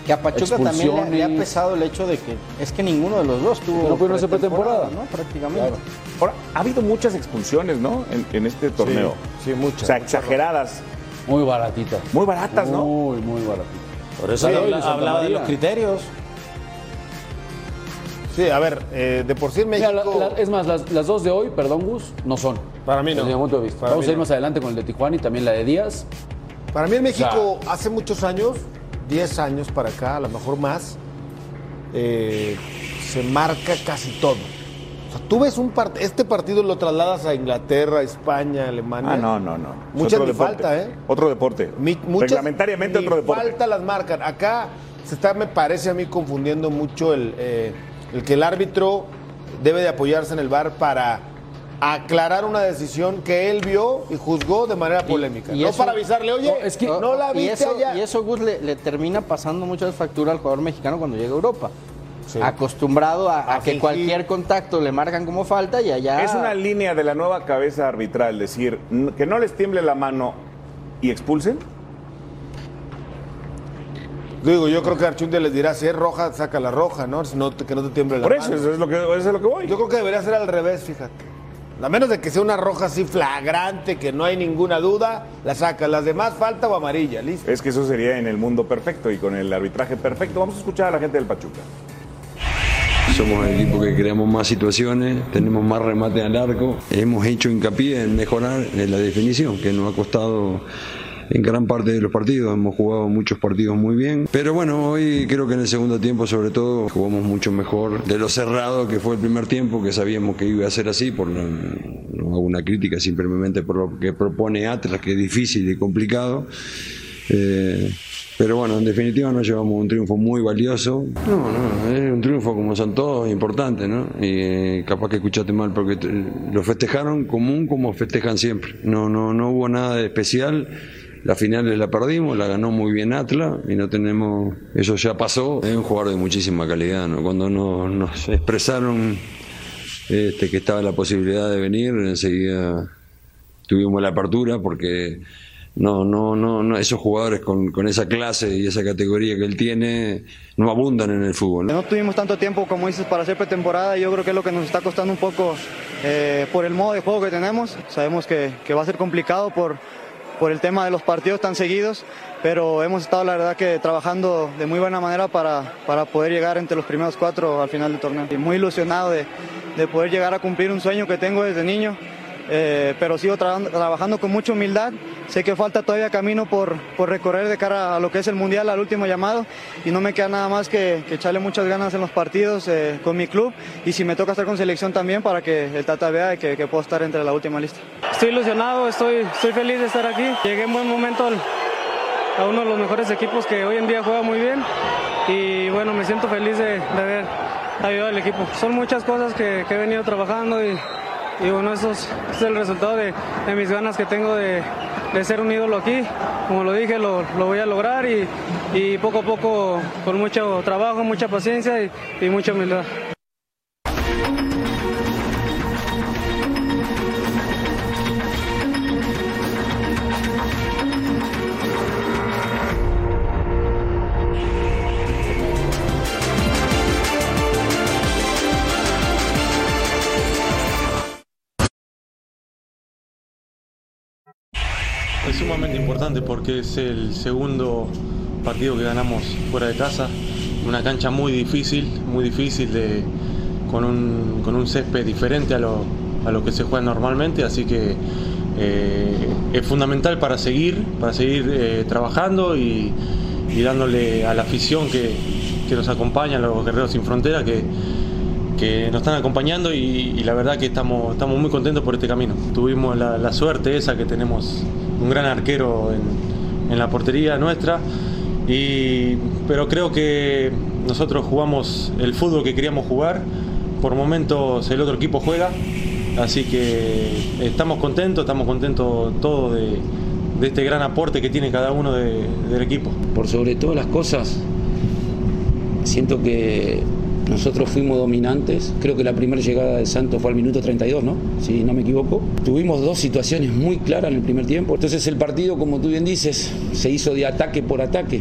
Speaker 5: Que a Pachuca también le, le ha
Speaker 10: Expulsiones.
Speaker 5: pesado el hecho de que es que ninguno de los dos tuvo.
Speaker 10: No pudieron hacer pretemporada.
Speaker 5: ¿no? Prácticamente.
Speaker 9: Ahora, ha habido muchas expulsiones, ¿no? En, en este torneo.
Speaker 10: Sí, sí, muchas.
Speaker 9: O sea,
Speaker 10: Muchas.
Speaker 9: exageradas.
Speaker 10: Muy baratitas.
Speaker 9: Muy baratas, ¿no?
Speaker 10: Muy, muy baratitas.
Speaker 11: Por eso
Speaker 9: Sí,
Speaker 11: habla-
Speaker 9: Santa
Speaker 11: hablaba de
Speaker 9: María.
Speaker 11: los criterios.
Speaker 12: Sí, a ver, eh, de por sí en
Speaker 10: Mira,
Speaker 12: México.
Speaker 10: la- la- es más, las, las dos de hoy, perdón, Gus, no son.
Speaker 12: Para mí no.
Speaker 10: Desde mi punto de vista.
Speaker 12: Para
Speaker 10: Vamos
Speaker 12: mí
Speaker 10: a ir
Speaker 12: no.
Speaker 10: más adelante con el de Tijuana y también la de Díaz.
Speaker 12: Para mí en México
Speaker 10: O
Speaker 12: hace muchos años, 10 años para acá, a lo mejor más, eh, se marca casi todo. O sea, tú ves un part- este partido lo trasladas a Inglaterra, España, Alemania.
Speaker 9: Ah, no, no, no. Es
Speaker 12: Muchas
Speaker 9: otro
Speaker 12: ni
Speaker 9: deporte.
Speaker 12: falta, ¿eh?
Speaker 9: Otro deporte.
Speaker 12: Muchas
Speaker 9: Reglamentariamente
Speaker 12: ni
Speaker 9: otro deporte.
Speaker 12: falta las marcan. Acá se está, me parece a mí, confundiendo mucho el, eh, el que el árbitro debe de apoyarse en el bar para aclarar una decisión que él vio y juzgó de manera polémica. no para avisarle, oye, no, la
Speaker 5: vi. y
Speaker 12: Ah, viste
Speaker 5: eso,
Speaker 12: allá.
Speaker 5: Y eso, Gus, le, le termina pasando muchas veces factura al jugador mexicano cuando llega a Europa. Acostumbrado a, a que cualquier contacto le marcan como falta y allá.
Speaker 9: Es una línea de la nueva cabeza arbitral, decir, n- que no les tiemble la mano y expulsen.
Speaker 12: Digo, yo creo que Archundia les dirá, si es roja, saca la roja, ¿no? Si no te- que no te tiemble la
Speaker 9: Por eso,
Speaker 12: mano.
Speaker 9: eso es lo que, eso es lo que voy.
Speaker 12: Yo creo que debería ser al revés, fíjate. A menos de que sea una roja así flagrante, que no hay ninguna duda, la saca. Las demás falta o amarilla, listo.
Speaker 9: Es que eso sería en el mundo perfecto y con el arbitraje perfecto. Vamos a escuchar a la gente del Pachuca.
Speaker 14: Somos el equipo que creamos más situaciones, tenemos más remate al arco. Hemos hecho hincapié en mejorar en la definición, que nos ha costado en gran parte de los partidos. Hemos jugado muchos partidos muy bien. Pero bueno, hoy creo que en el segundo tiempo, sobre todo, jugamos mucho mejor de lo cerrado que fue el primer tiempo, que sabíamos que iba a ser así. Por la- no hago una crítica, simplemente por lo que propone Atlas, que es difícil y complicado. Eh, pero bueno, en definitiva nos llevamos un triunfo muy valioso. No, no, es un triunfo como son todos, importante, ¿no? Y eh, capaz que escuchaste mal porque te- lo festejaron común como festejan siempre. No, no, no hubo nada de especial. La final la perdimos, la ganó muy bien Atlas y no tenemos, eso ya pasó. Es un jugador de muchísima calidad, ¿no? Cuando nos, nos expresaron este, que estaba la posibilidad de venir, enseguida tuvimos la apertura porque no, no, no, no esos jugadores con, con esa clase y esa categoría que él tiene no abundan en el fútbol.
Speaker 15: No tuvimos tanto tiempo, como dices, para hacer pretemporada. y Yo creo que es lo que nos está costando un poco eh, por el modo de juego que tenemos. Sabemos que, que va a ser complicado por, por el tema de los partidos tan seguidos, pero hemos estado, la verdad, que trabajando de muy buena manera para, para poder llegar entre los primeros cuatro al final del torneo. Y muy ilusionado de, de poder llegar a cumplir un sueño que tengo desde niño. eh, pero sigo trabajando- trabajando con mucha humildad. Sé que falta todavía camino por, por recorrer de cara a lo que es el Mundial, al último llamado. Y no me queda nada más que, que echarle muchas ganas en los partidos eh, con mi club. Y si me toca estar con selección también para que el Tata vea que, que puedo estar entre la última lista.
Speaker 16: Estoy ilusionado, estoy, estoy feliz de estar aquí. Llegué en buen momento al- a uno de los mejores equipos que hoy en día juega muy bien y bueno, me siento feliz de, de haber ayudado al equipo. Son muchas cosas que, que he venido trabajando y, y bueno, eso es, es el resultado de, de mis ganas que tengo de, de ser un ídolo aquí. Como lo dije, lo, lo voy a lograr y, y poco a poco, con mucho trabajo, mucha paciencia y- y mucha humildad.
Speaker 17: Es sumamente importante porque es el segundo partido que ganamos fuera de casa. Una cancha muy difícil, muy difícil, de, con, un, con un césped diferente a lo, a lo que se juega normalmente. Así que eh, es fundamental para seguir, para seguir eh, trabajando y, y dándole a la afición que, que nos acompaña, a los Guerreros Sin Frontera, que, que nos están acompañando y, y la verdad que estamos, estamos muy contentos por este camino. Tuvimos la, la suerte esa que tenemos un gran arquero en, en la portería nuestra, y, pero creo que nosotros jugamos el fútbol que queríamos jugar, por momentos el otro equipo juega, así que estamos contentos, estamos contentos todos de, de este gran aporte que tiene cada uno de- del equipo.
Speaker 18: Por sobre todas las cosas, siento que nosotros fuimos dominantes. Creo que la primera llegada de Santos fue al minuto 32, ¿no? Si no me equivoco. Tuvimos dos situaciones muy claras en el primer tiempo. Entonces el partido, como tú bien dices, se hizo de ataque por ataque.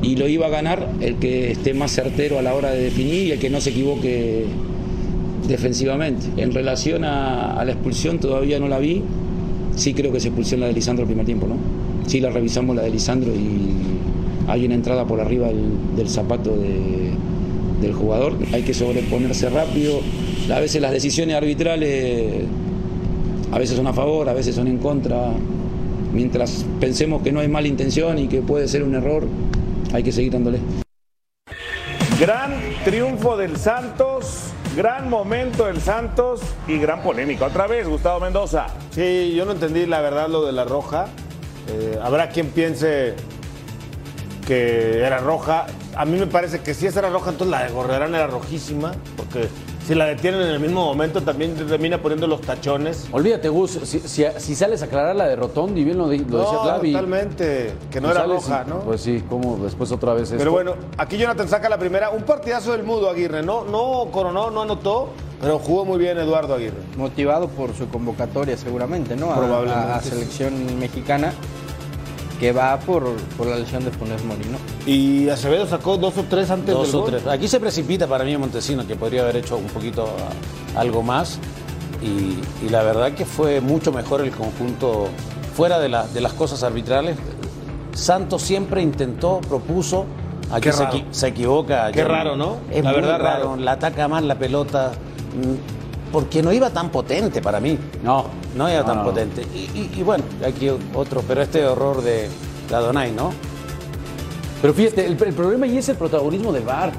Speaker 18: Y lo iba a ganar el que esté más certero a la hora de definir y el que no se equivoque defensivamente. En relación a, a la expulsión, todavía no la vi. Sí creo que se expulsó la de Lisandro el primer tiempo, ¿no? Sí la revisamos la de Lisandro y hay una entrada por arriba del, del zapato de- del jugador. Hay que sobreponerse rápido. A veces las decisiones arbitrales a veces son a favor, a veces son en contra. Mientras pensemos que no hay mala intención y que puede ser un error, hay que seguir dándole.
Speaker 9: Gran triunfo del Santos, gran momento del Santos y gran polémica. Otra vez, Gustavo Mendoza.
Speaker 12: Sí, yo no entendí la verdad lo de la roja. Eh, habrá quien piense que era roja. A mí me parece que si esa era roja, entonces la de Gorrerán era rojísima. Porque si la detienen en el mismo momento, también termina poniendo los tachones.
Speaker 10: Olvídate, Gus, si, si- si sales a aclarar la de Rotondi, bien lo, di- lo decía
Speaker 12: No,
Speaker 10: Clavi.
Speaker 12: totalmente, que no era
Speaker 10: sales
Speaker 12: roja, ¿no?
Speaker 10: Pues sí, como después otra vez
Speaker 12: Pero bueno, aquí Jonathan saca la primera. Un partidazo del mudo Aguirre. No, no coronó, no anotó, pero jugó muy bien Eduardo Aguirre.
Speaker 5: Motivado por su convocatoria seguramente, ¿no? A-
Speaker 12: Probablemente,
Speaker 5: A, a
Speaker 12: sí.
Speaker 5: selección mexicana que va por, por la lesión de Funes Morino.
Speaker 12: Y Acevedo sacó dos o tres antes
Speaker 11: Dos
Speaker 12: del
Speaker 11: o
Speaker 12: gol.
Speaker 11: tres. Aquí se precipita para mí Montesino, que podría haber hecho un poquito ah, algo más. Y, y la verdad que fue mucho mejor el conjunto, fuera de, la- de las cosas arbitrales. Santos siempre intentó, propuso. Aquí
Speaker 12: Qué
Speaker 11: se,
Speaker 12: raro.
Speaker 11: equi- se equivoca.
Speaker 12: Qué
Speaker 11: Jerry.
Speaker 12: raro, ¿no?
Speaker 11: Es
Speaker 12: La
Speaker 11: muy
Speaker 12: verdad,
Speaker 11: raro.
Speaker 12: raro.
Speaker 11: La ataca más la pelota. mm, Porque no iba tan potente para mí. No. No iba
Speaker 10: No,
Speaker 11: tan
Speaker 10: no.
Speaker 11: potente. Y, y- y bueno, aquí otro. Pero este horror de la Donay, ¿no?
Speaker 10: Pero fíjate, el, el problema ahí es el protagonismo del VAR.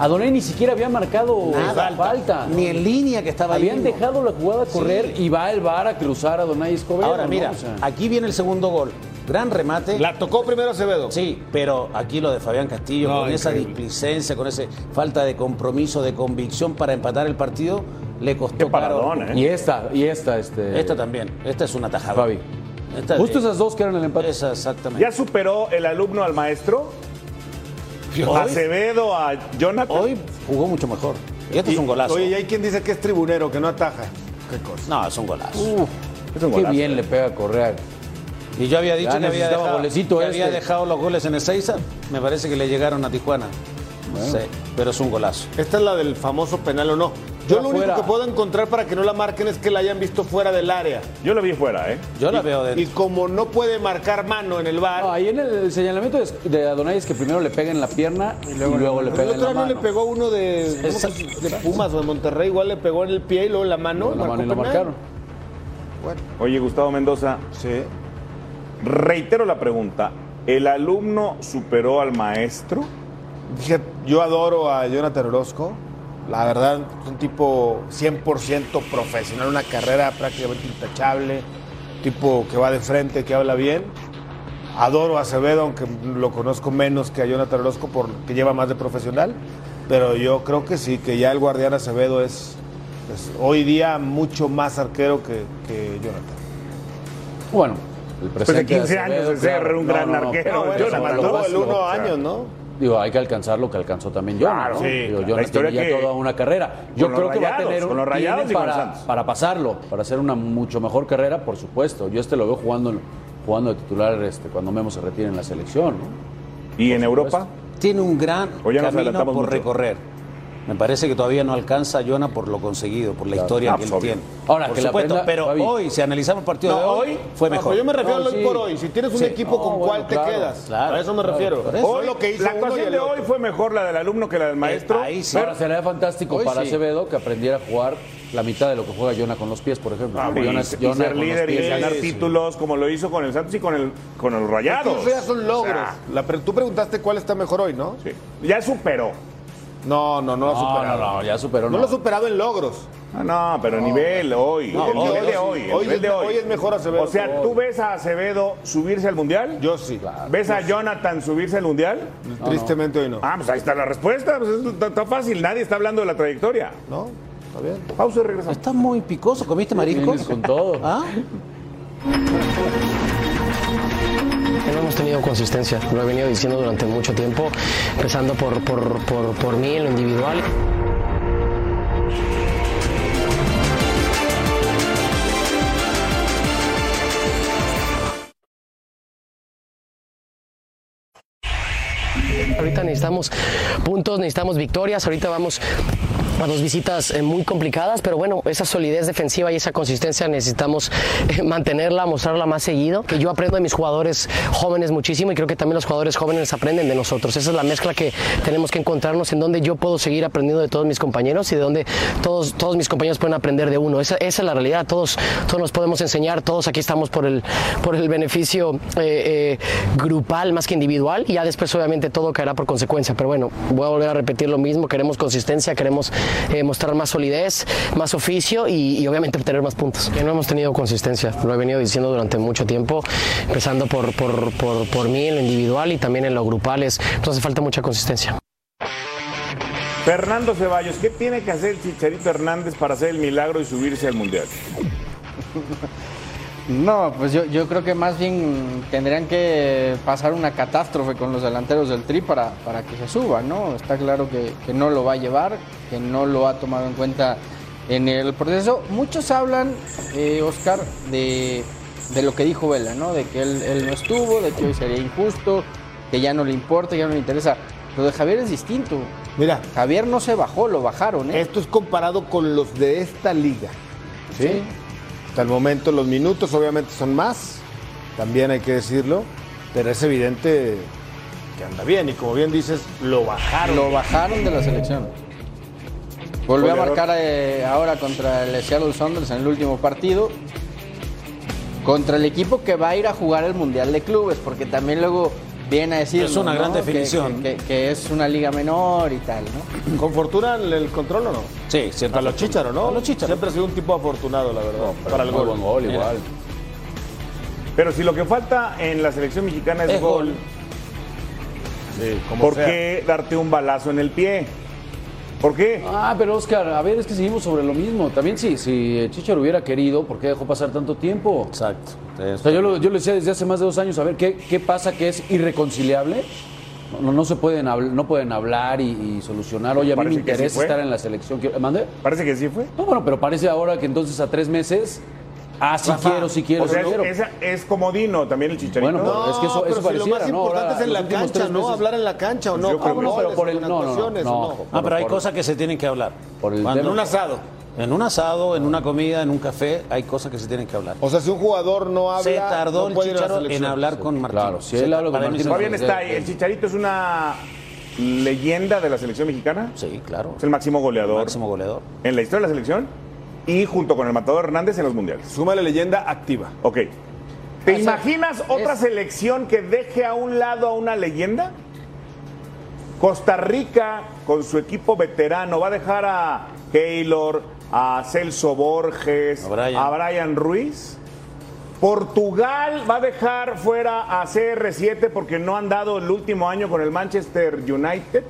Speaker 10: Adonai ni siquiera había marcado
Speaker 11: Nada.
Speaker 10: falta,
Speaker 11: Ni en línea que estaba ahí,
Speaker 10: Habían
Speaker 11: ¿no?
Speaker 10: dejado la jugada a correr y va el VAR a cruzar a Adonai Escobedo.
Speaker 11: Ahora
Speaker 10: ¿no?
Speaker 11: mira,
Speaker 10: O sea,
Speaker 11: aquí viene el segundo gol. Gran remate.
Speaker 12: La tocó primero Acevedo.
Speaker 11: Sí, pero aquí lo de Fabián Castillo,
Speaker 12: No,
Speaker 11: con esa
Speaker 12: increíble.
Speaker 11: displicencia, con esa falta de compromiso, de convicción para empatar el partido, le costó
Speaker 10: paradón,
Speaker 11: caro.
Speaker 10: ¿eh? Y esta, y esta, este.
Speaker 11: Esta también. Esta es una tajada.
Speaker 10: Fabi.
Speaker 11: Esta
Speaker 10: Justo
Speaker 11: de-
Speaker 10: esas dos que eran el empate.
Speaker 11: Esa, exactamente.
Speaker 9: ¿Ya superó el alumno al maestro?
Speaker 11: Hoy-
Speaker 9: Acevedo a Jonathan.
Speaker 11: Hoy jugó mucho mejor. Y este es un golazo.
Speaker 12: Oye, y hay quien dice que es tribunero, que no ataja. Qué cosa.
Speaker 11: No, es un golazo.
Speaker 10: Uf,
Speaker 11: Es un
Speaker 10: qué
Speaker 11: golazo,
Speaker 10: bien
Speaker 11: eh.
Speaker 10: le pega a Correa.
Speaker 11: Y yo había
Speaker 10: Ya
Speaker 11: dicho que, había
Speaker 10: necesitaba
Speaker 11: dejado,
Speaker 10: golecito
Speaker 11: que
Speaker 10: este.
Speaker 11: había dejado los goles en Ezeiza. Me parece que le llegaron a Tijuana.
Speaker 12: Bueno.
Speaker 11: Sí, pero es un golazo.
Speaker 12: Esta es la del famoso penal o no. Yo
Speaker 11: Pero
Speaker 12: lo único
Speaker 11: fuera.
Speaker 12: que puedo encontrar para que no la marquen es que la hayan visto fuera del área.
Speaker 9: Yo la vi fuera, ¿eh?
Speaker 11: Yo la
Speaker 12: Y-
Speaker 11: veo dentro.
Speaker 12: Y como no puede marcar mano en el bar.
Speaker 10: No, ahí en el, el señalamiento de, de Adonai es que primero le pega en la pierna y luego, le
Speaker 12: el
Speaker 10: pega en
Speaker 12: otro
Speaker 10: la
Speaker 12: año le
Speaker 10: mano.
Speaker 12: pegó uno de, ¿cómo se- de Pumas o de Monterrey, igual le pegó en el pie y luego en la mano.
Speaker 10: En la
Speaker 12: marcó
Speaker 10: mano y lo
Speaker 12: penal.
Speaker 10: marcaron.
Speaker 9: Oye, Gustavo Mendoza.
Speaker 12: Sí.
Speaker 9: Reitero la pregunta. ¿El alumno superó al maestro?
Speaker 12: Dije, yo adoro a Jonathan Orozco. La verdad, es un tipo 100% profesional, una carrera prácticamente intachable, tipo que va de frente, que habla bien. Adoro a Acevedo, aunque lo conozco menos que a Jonathan Orozco, porque lleva más de profesional. Pero yo creo que sí, que ya el guardián Acevedo es, es hoy día mucho más arquero que, que Jonathan.
Speaker 10: Bueno, el
Speaker 12: Después
Speaker 9: de
Speaker 10: presente
Speaker 9: 15
Speaker 10: Acevedo,
Speaker 9: años de ser un gran arquero,
Speaker 10: pero
Speaker 9: yo
Speaker 10: tampoco
Speaker 9: la mantuvo
Speaker 10: es
Speaker 9: el
Speaker 10: lo-
Speaker 9: uno
Speaker 12: años, ¿no?
Speaker 10: Digo, hay que alcanzar lo que alcanzó también Jonah,
Speaker 9: Claro,
Speaker 10: ¿no?
Speaker 9: sí,
Speaker 10: Digo,
Speaker 9: claro. La
Speaker 10: Jonah
Speaker 9: historia
Speaker 10: tiene ya
Speaker 9: que-
Speaker 10: toda una carrera. Yo
Speaker 9: con
Speaker 10: creo
Speaker 9: los
Speaker 10: que va a
Speaker 9: Rayados,
Speaker 10: tener un-
Speaker 9: con los Rayados
Speaker 10: tiene
Speaker 9: y con
Speaker 10: para,
Speaker 9: Santos.
Speaker 10: para pasarlo, para hacer una mucho mejor carrera, por supuesto. Yo este lo veo jugando jugando de titular este, cuando Memo se retire en la selección.
Speaker 9: ¿Y en
Speaker 11: Europa? Pues, Tiene un gran
Speaker 10: O ya nos
Speaker 11: camino
Speaker 10: adelantamos
Speaker 11: por
Speaker 10: mucho.
Speaker 11: recorrer. Me parece que todavía no alcanza a Jonah por lo conseguido, por la
Speaker 10: Claro.
Speaker 11: historia
Speaker 10: Ah,
Speaker 11: que él
Speaker 10: pues, obvio.
Speaker 11: tiene.
Speaker 10: Ahora,
Speaker 11: por
Speaker 10: que la
Speaker 11: supuesto,
Speaker 10: prenda,
Speaker 11: pero
Speaker 10: Fabi.
Speaker 11: hoy, si analizamos el partido
Speaker 12: No,
Speaker 11: de hoy,
Speaker 12: hoy,
Speaker 11: fue
Speaker 12: no,
Speaker 11: mejor.
Speaker 12: pues yo me refiero
Speaker 11: No,
Speaker 12: al hoy por hoy. Si tienes un equipo, ¿con cuál te quedas? A eso me refiero.
Speaker 11: por eso.
Speaker 12: Hoy lo que
Speaker 9: ¿eh?
Speaker 12: hizo
Speaker 9: la
Speaker 12: uno y
Speaker 9: actuación
Speaker 12: el
Speaker 9: de
Speaker 12: otro.
Speaker 9: hoy fue mejor la del alumno que la del maestro.
Speaker 10: Eh, Ahora sería fantástico
Speaker 9: Eh, Hoy
Speaker 10: para
Speaker 9: sí.
Speaker 10: Acevedo que aprendiera a jugar la mitad de lo que juega Jonah con los pies, por ejemplo.
Speaker 9: Ah,
Speaker 10: Porque
Speaker 9: y,
Speaker 10: Jonah-
Speaker 9: y
Speaker 10: Jonah
Speaker 9: ser
Speaker 10: con los
Speaker 9: líder y
Speaker 10: pies
Speaker 9: ganar
Speaker 10: es-
Speaker 9: títulos como lo hizo con el Santos y con el con los Rayados.
Speaker 12: Eso ya son logros. La pre- tú preguntaste cuál está mejor hoy, ¿no?
Speaker 9: Sí. Ya superó.
Speaker 12: No, no, no lo ha
Speaker 10: No,
Speaker 12: superado.
Speaker 10: no, no, ya superó,
Speaker 12: No
Speaker 10: no.
Speaker 12: lo ha superado en logros.
Speaker 9: Ah, no, pero el nivel hoy.
Speaker 12: No,
Speaker 9: el
Speaker 12: hoy,
Speaker 9: nivel de
Speaker 12: hoy,
Speaker 9: hoy. el
Speaker 12: hoy
Speaker 9: nivel
Speaker 12: es-
Speaker 9: de
Speaker 12: hoy es mejor Acevedo
Speaker 9: O
Speaker 12: que
Speaker 9: sea,
Speaker 12: hoy.
Speaker 9: ¿tú ves a Acevedo subirse al mundial? Yo sí. ¿Ves a Jonathan subirse al mundial?
Speaker 12: No, Tristemente
Speaker 9: hoy no. Ah, pues ahí está la respuesta. Pues es- está, está fácil. Nadie está hablando de la trayectoria.
Speaker 12: ¿No? Está bien.
Speaker 9: Pausa y regresamos.
Speaker 11: Está muy picoso. ¿Comiste mariscos? Con todo. ¿Ah?
Speaker 19: No hemos tenido consistencia, lo he venido diciendo durante mucho tiempo, empezando por, por, por, por mí en lo individual. Ahorita necesitamos puntos, necesitamos victorias, ahorita vamos a dos visitas eh, muy complicadas, pero bueno, esa solidez defensiva y esa consistencia necesitamos eh, mantenerla, mostrarla más seguido. Que yo aprendo de mis jugadores jóvenes muchísimo y creo que también los jugadores jóvenes aprenden de nosotros. Esa es la mezcla que tenemos que encontrarnos en donde yo puedo seguir aprendiendo de todos mis compañeros y de donde todos, todos mis compañeros pueden aprender de uno. Esa, esa es la realidad, todos, todos nos podemos enseñar, todos aquí estamos por el, por el beneficio eh, eh, grupal más que individual y ya después obviamente todo caerá por consecuencia. Pero bueno, voy a volver a repetir lo mismo, queremos consistencia, queremos eh, mostrar más solidez, más oficio y, y obviamente obtener más puntos. Que no hemos tenido consistencia, lo he venido diciendo durante mucho tiempo, empezando por, por, por, por mí en lo individual y también en lo grupal, es, nos hace falta mucha consistencia.
Speaker 9: Fernando Ceballos, ¿qué tiene que hacer el Chicharito Hernández para hacer el milagro y subirse al mundial?
Speaker 5: No, pues yo, yo creo que más bien tendrían que pasar una catástrofe con los delanteros del Tri para, para que se suba, ¿no? Está claro que, que no lo va a llevar, que no lo ha tomado en cuenta en el proceso. Muchos hablan, eh, Oscar, de, de lo que dijo Vela, ¿no? De que él, él no estuvo, de que hoy sería injusto, que ya no le importa, ya no le interesa. Lo de Javier es distinto.
Speaker 12: Mira.
Speaker 5: Javier no se bajó, lo bajaron, ¿eh?
Speaker 12: Esto es comparado con los de esta liga. ¿sí?
Speaker 5: Sí.
Speaker 12: Hasta el momento los minutos obviamente son más, también hay que decirlo, pero es evidente que anda bien y como bien dices, lo bajaron.
Speaker 5: Lo bajaron de la selección. Volvió a marcar eh, ahora contra el Seattle Sounders en el último partido. Contra el equipo que va a ir a jugar el Mundial de Clubes, porque también luego viene a decir.
Speaker 11: Es una gran definición.
Speaker 5: Que, que- que es una liga menor y tal, ¿no?
Speaker 12: ¿Con fortuna el control o no?
Speaker 11: Sí, siempre.
Speaker 12: Para los chícharos, ¿no? los chícharos. Siempre ha sido un tipo afortunado, la verdad. para el
Speaker 11: muy
Speaker 12: gol.
Speaker 11: buen gol,
Speaker 12: Mira.
Speaker 11: igual.
Speaker 9: Pero si lo que falta en la selección mexicana es,
Speaker 12: Es
Speaker 9: gol,
Speaker 12: gol. como
Speaker 9: ¿por
Speaker 12: sea.
Speaker 9: qué darte un balazo en el pie? ¿Por qué?
Speaker 10: Ah, pero Oscar, a ver, es que seguimos sobre lo mismo. También sí, si Chichar hubiera querido, ¿por qué dejó pasar tanto tiempo?
Speaker 11: Exacto.
Speaker 10: O sea, yo lo, yo lo decía desde hace más de dos años, a ver, ¿qué, qué pasa que es irreconciliable? No, no se pueden, habl- no pueden hablar y, y solucionar. Oye, a mí me
Speaker 9: Parece que sí
Speaker 10: interesa
Speaker 9: fue.
Speaker 10: estar en la selección. Quiero- ¿Mande?
Speaker 9: Parece que sí fue.
Speaker 10: No, bueno, pero parece ahora que entonces a tres meses, ah, sí
Speaker 9: Rafa,
Speaker 10: quiero, sí quiero,
Speaker 9: O sea,
Speaker 10: sí quiero.
Speaker 9: es, esa- es comodino también el chicharito.
Speaker 10: Bueno, pero No, es que eso- pero eso si lo pareciera, más ¿no? importante Ahora, es en los la últimos cancha, tres ¿no? meses- Pues Hablar
Speaker 12: en la cancha
Speaker 10: o no, con goles, con actuaciones, o no.
Speaker 11: Ah, pero hay
Speaker 10: Por-
Speaker 11: cosas que se tienen que hablar. Cuando
Speaker 12: tema-
Speaker 11: en un asado. En un asado, en una comida, en un café, hay cosas que se tienen que hablar.
Speaker 12: O sea, si un jugador no habla,
Speaker 11: se tardó
Speaker 12: no
Speaker 11: el
Speaker 12: puede ir a la
Speaker 11: Chicharo en
Speaker 12: selección.
Speaker 11: hablar con Martín.
Speaker 10: si él habla con Martino,
Speaker 9: Todavía
Speaker 10: pues,
Speaker 9: está
Speaker 10: ya-
Speaker 9: ahí. ¿El chicharito es una leyenda de la selección mexicana?
Speaker 11: Sí, claro.
Speaker 9: Es el máximo goleador.
Speaker 11: máximo goleador.
Speaker 9: En la historia de la selección y junto con el matador Hernández en los mundiales.
Speaker 12: Suma la leyenda activa.
Speaker 9: Ok. ¿Te
Speaker 12: O sea,
Speaker 9: imaginas otra selección que deje a un lado a una leyenda? Costa Rica, con su equipo veterano, va a dejar a Keylor, a Celso Borges, a Brian, Ruiz. Portugal va a dejar fuera a CR7 porque no han dado el último año con el Manchester United.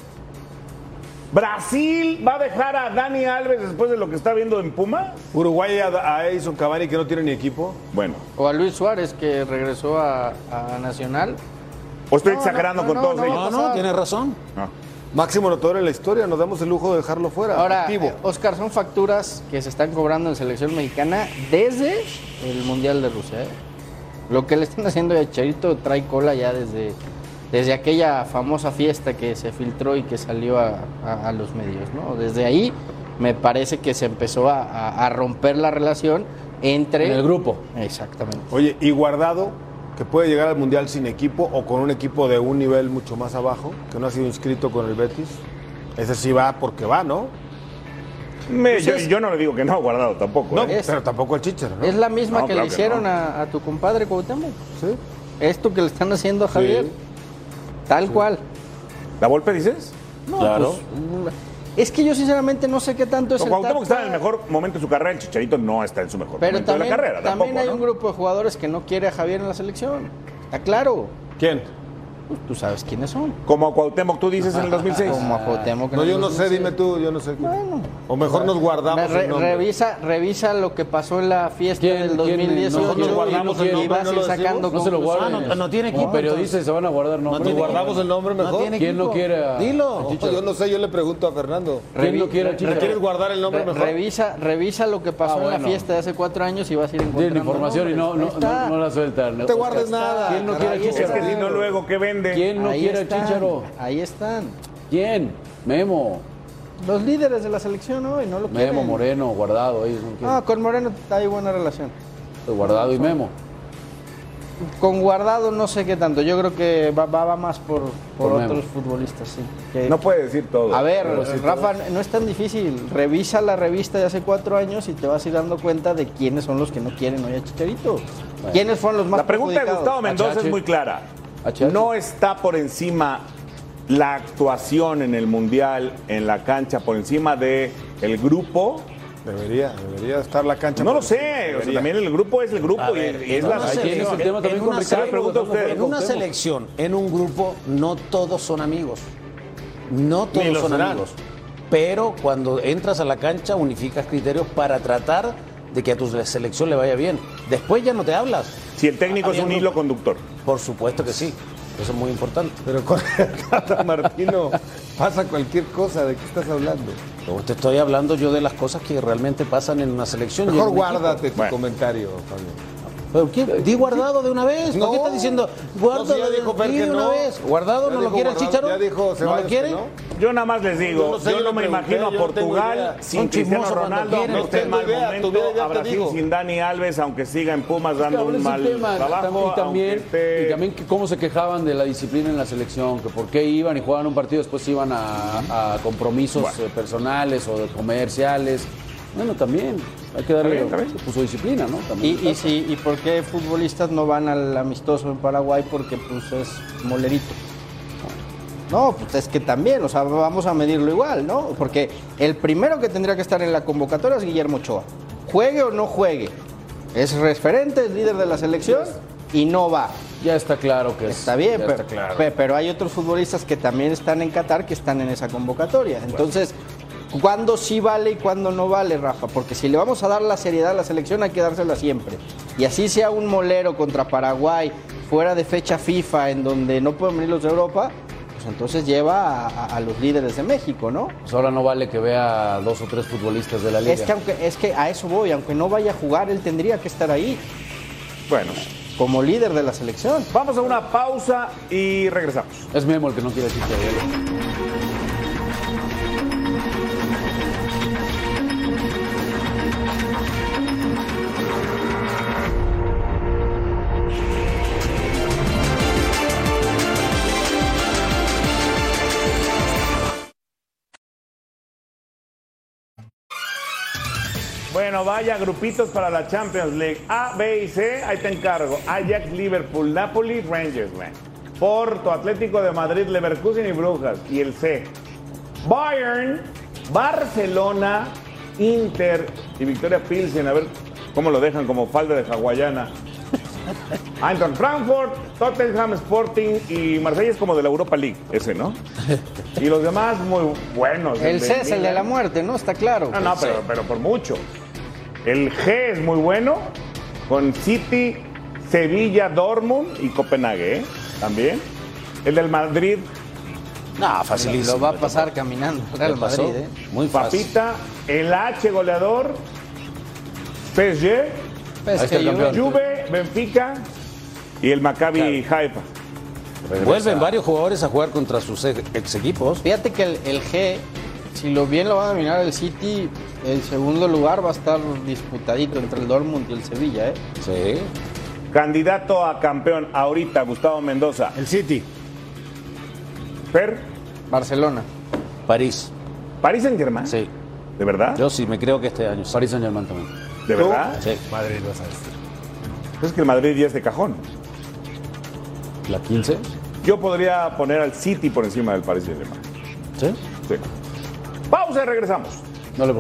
Speaker 9: Brasil va a dejar a Dani Alves después de lo que está viendo en Puma.
Speaker 12: Uruguay a, a Edison Cavani que no tiene ni equipo.
Speaker 9: Bueno.
Speaker 5: O a Luis Suárez que regresó a, a Nacional.
Speaker 9: ¿O estoy
Speaker 5: No,
Speaker 9: exagerando
Speaker 5: no,
Speaker 9: con
Speaker 5: no,
Speaker 9: todos
Speaker 5: no, no,
Speaker 9: ellos?
Speaker 5: no, no, tienes
Speaker 11: razón.
Speaker 12: Ah. Máximo notador en la historia, nos damos el lujo de dejarlo fuera.
Speaker 5: Ahora,
Speaker 12: activo.
Speaker 5: eh, Oscar, son facturas que se están cobrando en selección mexicana desde el Mundial de Rusia. ¿eh? Lo que le están haciendo a Charito trae cola ya desde, desde aquella famosa fiesta que se filtró y que salió a, a- a los medios. ¿no? Desde ahí me parece que se empezó a, a- a romper la relación entre...
Speaker 12: En el
Speaker 10: grupo.
Speaker 5: Exactamente.
Speaker 12: Oye, y Guardado, que puede llegar al Mundial sin equipo o con un equipo de un nivel mucho más abajo, que no ha sido inscrito con el Betis. Ese sí va porque va, ¿no?
Speaker 9: Me- yo, yo no le digo que no, guardado tampoco.
Speaker 12: No,
Speaker 9: ¿eh?
Speaker 12: pero tampoco el Chicharo, ¿no?
Speaker 5: Es la misma
Speaker 9: No,
Speaker 5: que
Speaker 9: claro
Speaker 5: le
Speaker 9: que
Speaker 5: hicieron
Speaker 9: no.
Speaker 5: a, a tu compadre Cuauhtémoc.
Speaker 12: Sí.
Speaker 5: Esto que le están haciendo a Javier. Tal cual.
Speaker 9: ¿La Volpe dices?
Speaker 5: No,
Speaker 9: Claro.
Speaker 5: pues, Es que yo sinceramente no sé qué tanto es
Speaker 9: Cuando
Speaker 5: el
Speaker 9: Cuauhtémoc está en
Speaker 5: Tata,
Speaker 9: el mejor momento de su carrera, el Chicharito no está en su mejor
Speaker 5: pero
Speaker 9: momento
Speaker 5: también,
Speaker 9: de la carrera.
Speaker 5: también
Speaker 9: tampoco,
Speaker 5: hay
Speaker 9: ¿no?
Speaker 5: un grupo de jugadores que no quiere a Javier en la selección. Está claro.
Speaker 12: ¿Quién?
Speaker 5: Pues, tú sabes quiénes son.
Speaker 9: Como a Cuauhtémoc, tú dices en el 2006.
Speaker 5: Como a Cuauhtémoc en
Speaker 12: No,
Speaker 5: el
Speaker 12: yo no sé,
Speaker 5: 2006.
Speaker 12: dime tú, yo no sé. O mejor nos guardamos
Speaker 5: Re-
Speaker 12: el nombre.
Speaker 5: revisa, revisa lo que pasó en la fiesta del 2018
Speaker 11: Nosotros
Speaker 5: y
Speaker 11: guardamos
Speaker 5: vas
Speaker 11: el nombre,
Speaker 5: a
Speaker 11: no
Speaker 5: ir
Speaker 11: lo decimos.
Speaker 5: sacando
Speaker 11: No se lo
Speaker 5: conclusiones.
Speaker 11: guarden. Ah, no- no tiene equipo,
Speaker 10: Como periodistas
Speaker 11: entonces.
Speaker 10: se van a guardar
Speaker 12: ¿No
Speaker 10: nombres.
Speaker 12: te guardamos el nombre
Speaker 10: No
Speaker 12: mejor?
Speaker 10: tiene ¿Quién lo equipo. quiere a-
Speaker 12: Dilo.
Speaker 10: a
Speaker 12: Ojo,
Speaker 10: Chicharo?
Speaker 12: yo no sé, yo le pregunto a Fernando.
Speaker 5: Revi- re-
Speaker 12: ¿Le quieres guardar el nombre
Speaker 5: re-
Speaker 12: mejor?
Speaker 5: Revisa, revisa lo que pasó
Speaker 12: Ah,
Speaker 5: en
Speaker 12: bueno.
Speaker 5: la fiesta de hace cuatro años y vas a ir encontrando
Speaker 10: Tienen información y no, no,
Speaker 5: nombres. Ahí
Speaker 10: no,
Speaker 5: está.
Speaker 10: no la sueltan.
Speaker 5: No te guardes nada,
Speaker 10: ¿Quién no quiere a
Speaker 5: caray,
Speaker 9: Es
Speaker 10: Chicharo?
Speaker 9: que si no, luego, ¿qué vende?
Speaker 10: ¿Quién no
Speaker 5: Ahí
Speaker 10: quiere a
Speaker 5: están,
Speaker 10: Chicharo?
Speaker 5: Ahí están.
Speaker 10: ¿Quién? Memo.
Speaker 5: Los líderes de la selección hoy no lo quieren.
Speaker 10: Memo, Moreno, Guardado. Ellos no quieren.
Speaker 5: Ah, con Moreno hay buena relación.
Speaker 10: guardado y Memo.
Speaker 5: Con Guardado no sé qué tanto. Yo creo que va, va- va más por, por,
Speaker 10: Por Memo.
Speaker 5: otros futbolistas, sí.
Speaker 9: No puede decir todo.
Speaker 5: A ver,
Speaker 9: Pero sí
Speaker 5: Rafa, no es tan difícil. Revisa la revista de hace cuatro años y te vas a ir dando cuenta de quiénes son los que no quieren hoy a Chicharito. ¿Quiénes fueron los más
Speaker 9: La pregunta de
Speaker 5: perjudicados?
Speaker 9: Gustavo Mendoza es muy clara. ¿No está por encima la actuación en el Mundial, en la cancha, por encima de el grupo?
Speaker 12: Debería, debería estar la cancha.
Speaker 9: No
Speaker 12: por
Speaker 9: lo sé, o
Speaker 12: encima,
Speaker 9: sea,
Speaker 12: debería.
Speaker 9: también el grupo es el
Speaker 11: Ah,
Speaker 9: grupo
Speaker 12: A
Speaker 9: y-
Speaker 12: ver,
Speaker 9: y es
Speaker 12: no,
Speaker 9: la
Speaker 12: no sé,
Speaker 9: selección.
Speaker 12: es que
Speaker 9: En una
Speaker 11: selección,
Speaker 9: sele- pregunto a ustedes.
Speaker 11: en una selección, en un grupo, no todos son amigos. No
Speaker 12: Ni
Speaker 11: todos
Speaker 12: lo
Speaker 11: son
Speaker 12: serán.
Speaker 11: amigos. Pero cuando entras a la cancha, unificas criterios para tratar de que a tu selección le vaya bien. Después ya no te hablas.
Speaker 9: Si el técnico es un hilo conductor.
Speaker 11: Por supuesto que sí. Eso es muy importante.
Speaker 12: Pero
Speaker 11: [LAUGHS]
Speaker 12: con Martino pasa cualquier cosa. ¿De qué estás hablando?
Speaker 11: Te estoy hablando yo de las cosas que realmente pasan en una selección. y en
Speaker 12: Mejor
Speaker 11: un equipo.
Speaker 12: guárdate tu comentario, Fabio.
Speaker 11: ¿Pero qué? Di guardado de una vez. ¿Por qué
Speaker 12: No.
Speaker 11: estás diciendo guardado
Speaker 12: No, sí, ya
Speaker 11: de,
Speaker 12: dijo Fer
Speaker 11: di
Speaker 12: que
Speaker 11: de una
Speaker 12: no.
Speaker 11: vez? ¿Guardado
Speaker 12: Ya
Speaker 11: no
Speaker 12: dijo
Speaker 11: lo quiere el
Speaker 12: Guardado,
Speaker 11: Chicharo?
Speaker 12: ya dijo
Speaker 11: ¿No
Speaker 12: Ceballos
Speaker 11: lo
Speaker 12: que
Speaker 11: quiere?
Speaker 12: no.
Speaker 9: Yo nada más les digo,
Speaker 12: Yo
Speaker 9: yo
Speaker 12: no
Speaker 9: no,
Speaker 12: sé, yo le
Speaker 9: me
Speaker 12: pregunté,
Speaker 9: imagino a
Speaker 12: yo no tengo
Speaker 9: Portugal
Speaker 12: idea.
Speaker 9: sin
Speaker 12: Son
Speaker 9: Cristiano
Speaker 12: chismosos cuando
Speaker 9: Ronaldo,
Speaker 12: quieren,
Speaker 9: no está
Speaker 12: ustedes.
Speaker 9: en mal
Speaker 12: Tuve idea,
Speaker 9: momento,
Speaker 12: tuve idea, te
Speaker 9: a Brasil
Speaker 12: digo.
Speaker 9: sin Dani Alves, aunque siga en Pumas dando
Speaker 10: Cabrón,
Speaker 9: un
Speaker 10: es un
Speaker 9: mal
Speaker 10: tema,
Speaker 9: trabajo,
Speaker 10: y también,
Speaker 9: aunque esté-
Speaker 10: y también que cómo se quejaban de la disciplina en la selección, que por qué iban y jugaban un partido, después iban a, a compromisos eh, personales o de comerciales. Bueno, también hay que darle
Speaker 5: Está bien, está
Speaker 10: pues, su disciplina, ¿no? También.
Speaker 5: Y, y, sí, ¿Y por qué futbolistas no van al amistoso en Paraguay? Porque pues es molerito. No, pues es que también, o sea, vamos a medirlo igual, ¿no? Porque el primero que tendría que estar en la convocatoria es Guillermo Ochoa. Juegue o no juegue. Es referente, es líder de la selección y no va.
Speaker 10: Ya está claro que es-
Speaker 5: Está bien,
Speaker 10: ya
Speaker 5: pero,
Speaker 10: está claro.
Speaker 5: pe- pero hay otros futbolistas que también están en Qatar que están en esa convocatoria. Entonces, ¿cuándo sí vale y cuándo no vale, Rafa? Porque si le vamos a dar la seriedad a la selección, hay que dársela siempre. Y así sea un molero contra Paraguay, fuera de fecha FIFA, en donde no pueden venir los de Europa, pues entonces lleva a, a- a los líderes de México, ¿no?
Speaker 10: Pues ahora no vale que vea dos o tres futbolistas de la liga.
Speaker 5: Es que, aunque, es que a eso voy, aunque no vaya a jugar, él tendría que estar ahí.
Speaker 9: Bueno.
Speaker 5: Como líder de la selección.
Speaker 9: Vamos a una pausa y regresamos.
Speaker 10: Es Memo el que no quiere decir
Speaker 9: Bueno, vaya, grupitos para la Champions League. A, B y C, ahí te encargo. Ajax, Liverpool, Napoli, Rangers, man. Porto, Atlético de Madrid, Leverkusen y Brujas. Y el C. Bayern, Barcelona, Inter y Victoria Pilsen. A ver cómo lo dejan como falda de hawaiana. [LAUGHS] Anton Frankfurt, Tottenham Sporting y Marsella es como de la Europa League, ese, ¿no? Y los demás muy buenos.
Speaker 5: El C es el de
Speaker 9: Milan.
Speaker 5: la muerte, ¿no? Está claro.
Speaker 9: No, no,
Speaker 5: El C.
Speaker 9: pero, pero por mucho. El G es muy bueno con City, Sevilla, Dortmund y Copenhague, ¿eh? También. El del Madrid.
Speaker 11: No,
Speaker 5: Lo va a pasar caminando el Real Madrid, ¿eh?
Speaker 11: Muy
Speaker 5: fácil.
Speaker 9: Papita, el H goleador, PSG,
Speaker 5: Ahí está el campeón.
Speaker 9: Juve, Benfica y el Maccabi Haifa.
Speaker 11: Vuelven varios jugadores a jugar contra sus ex ex equipos.
Speaker 5: Fíjate que el, el G, si lo bien lo va a dominar el City, el segundo lugar va a estar disputadito entre el Dortmund y el Sevilla, ¿eh?
Speaker 11: Sí.
Speaker 9: Candidato a campeón ahorita, Gustavo Mendoza. El City. Per.
Speaker 5: Barcelona.
Speaker 11: París.
Speaker 9: ¿París Saint Germain?
Speaker 11: Sí.
Speaker 9: ¿De verdad?
Speaker 11: Yo sí, me creo que este año. París Saint Germain también.
Speaker 9: ¿De
Speaker 11: ¿Tú?
Speaker 9: verdad?
Speaker 11: Sí.
Speaker 12: Madrid, vas a decir.
Speaker 9: Es que el Madrid ya es de cajón.
Speaker 11: ¿La 15?
Speaker 9: Yo podría poner al City por encima del Paris Saint-Germain.
Speaker 11: ¿Sí?
Speaker 9: Sí. Pausa y regresamos.
Speaker 10: No le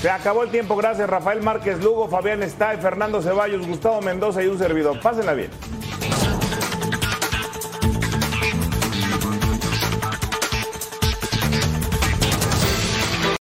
Speaker 9: Se acabó el tiempo, gracias Rafael Márquez Lugo, Fabián Stay, Fernando Ceballos, Gustavo Mendoza y un servidor. Pásenla bien.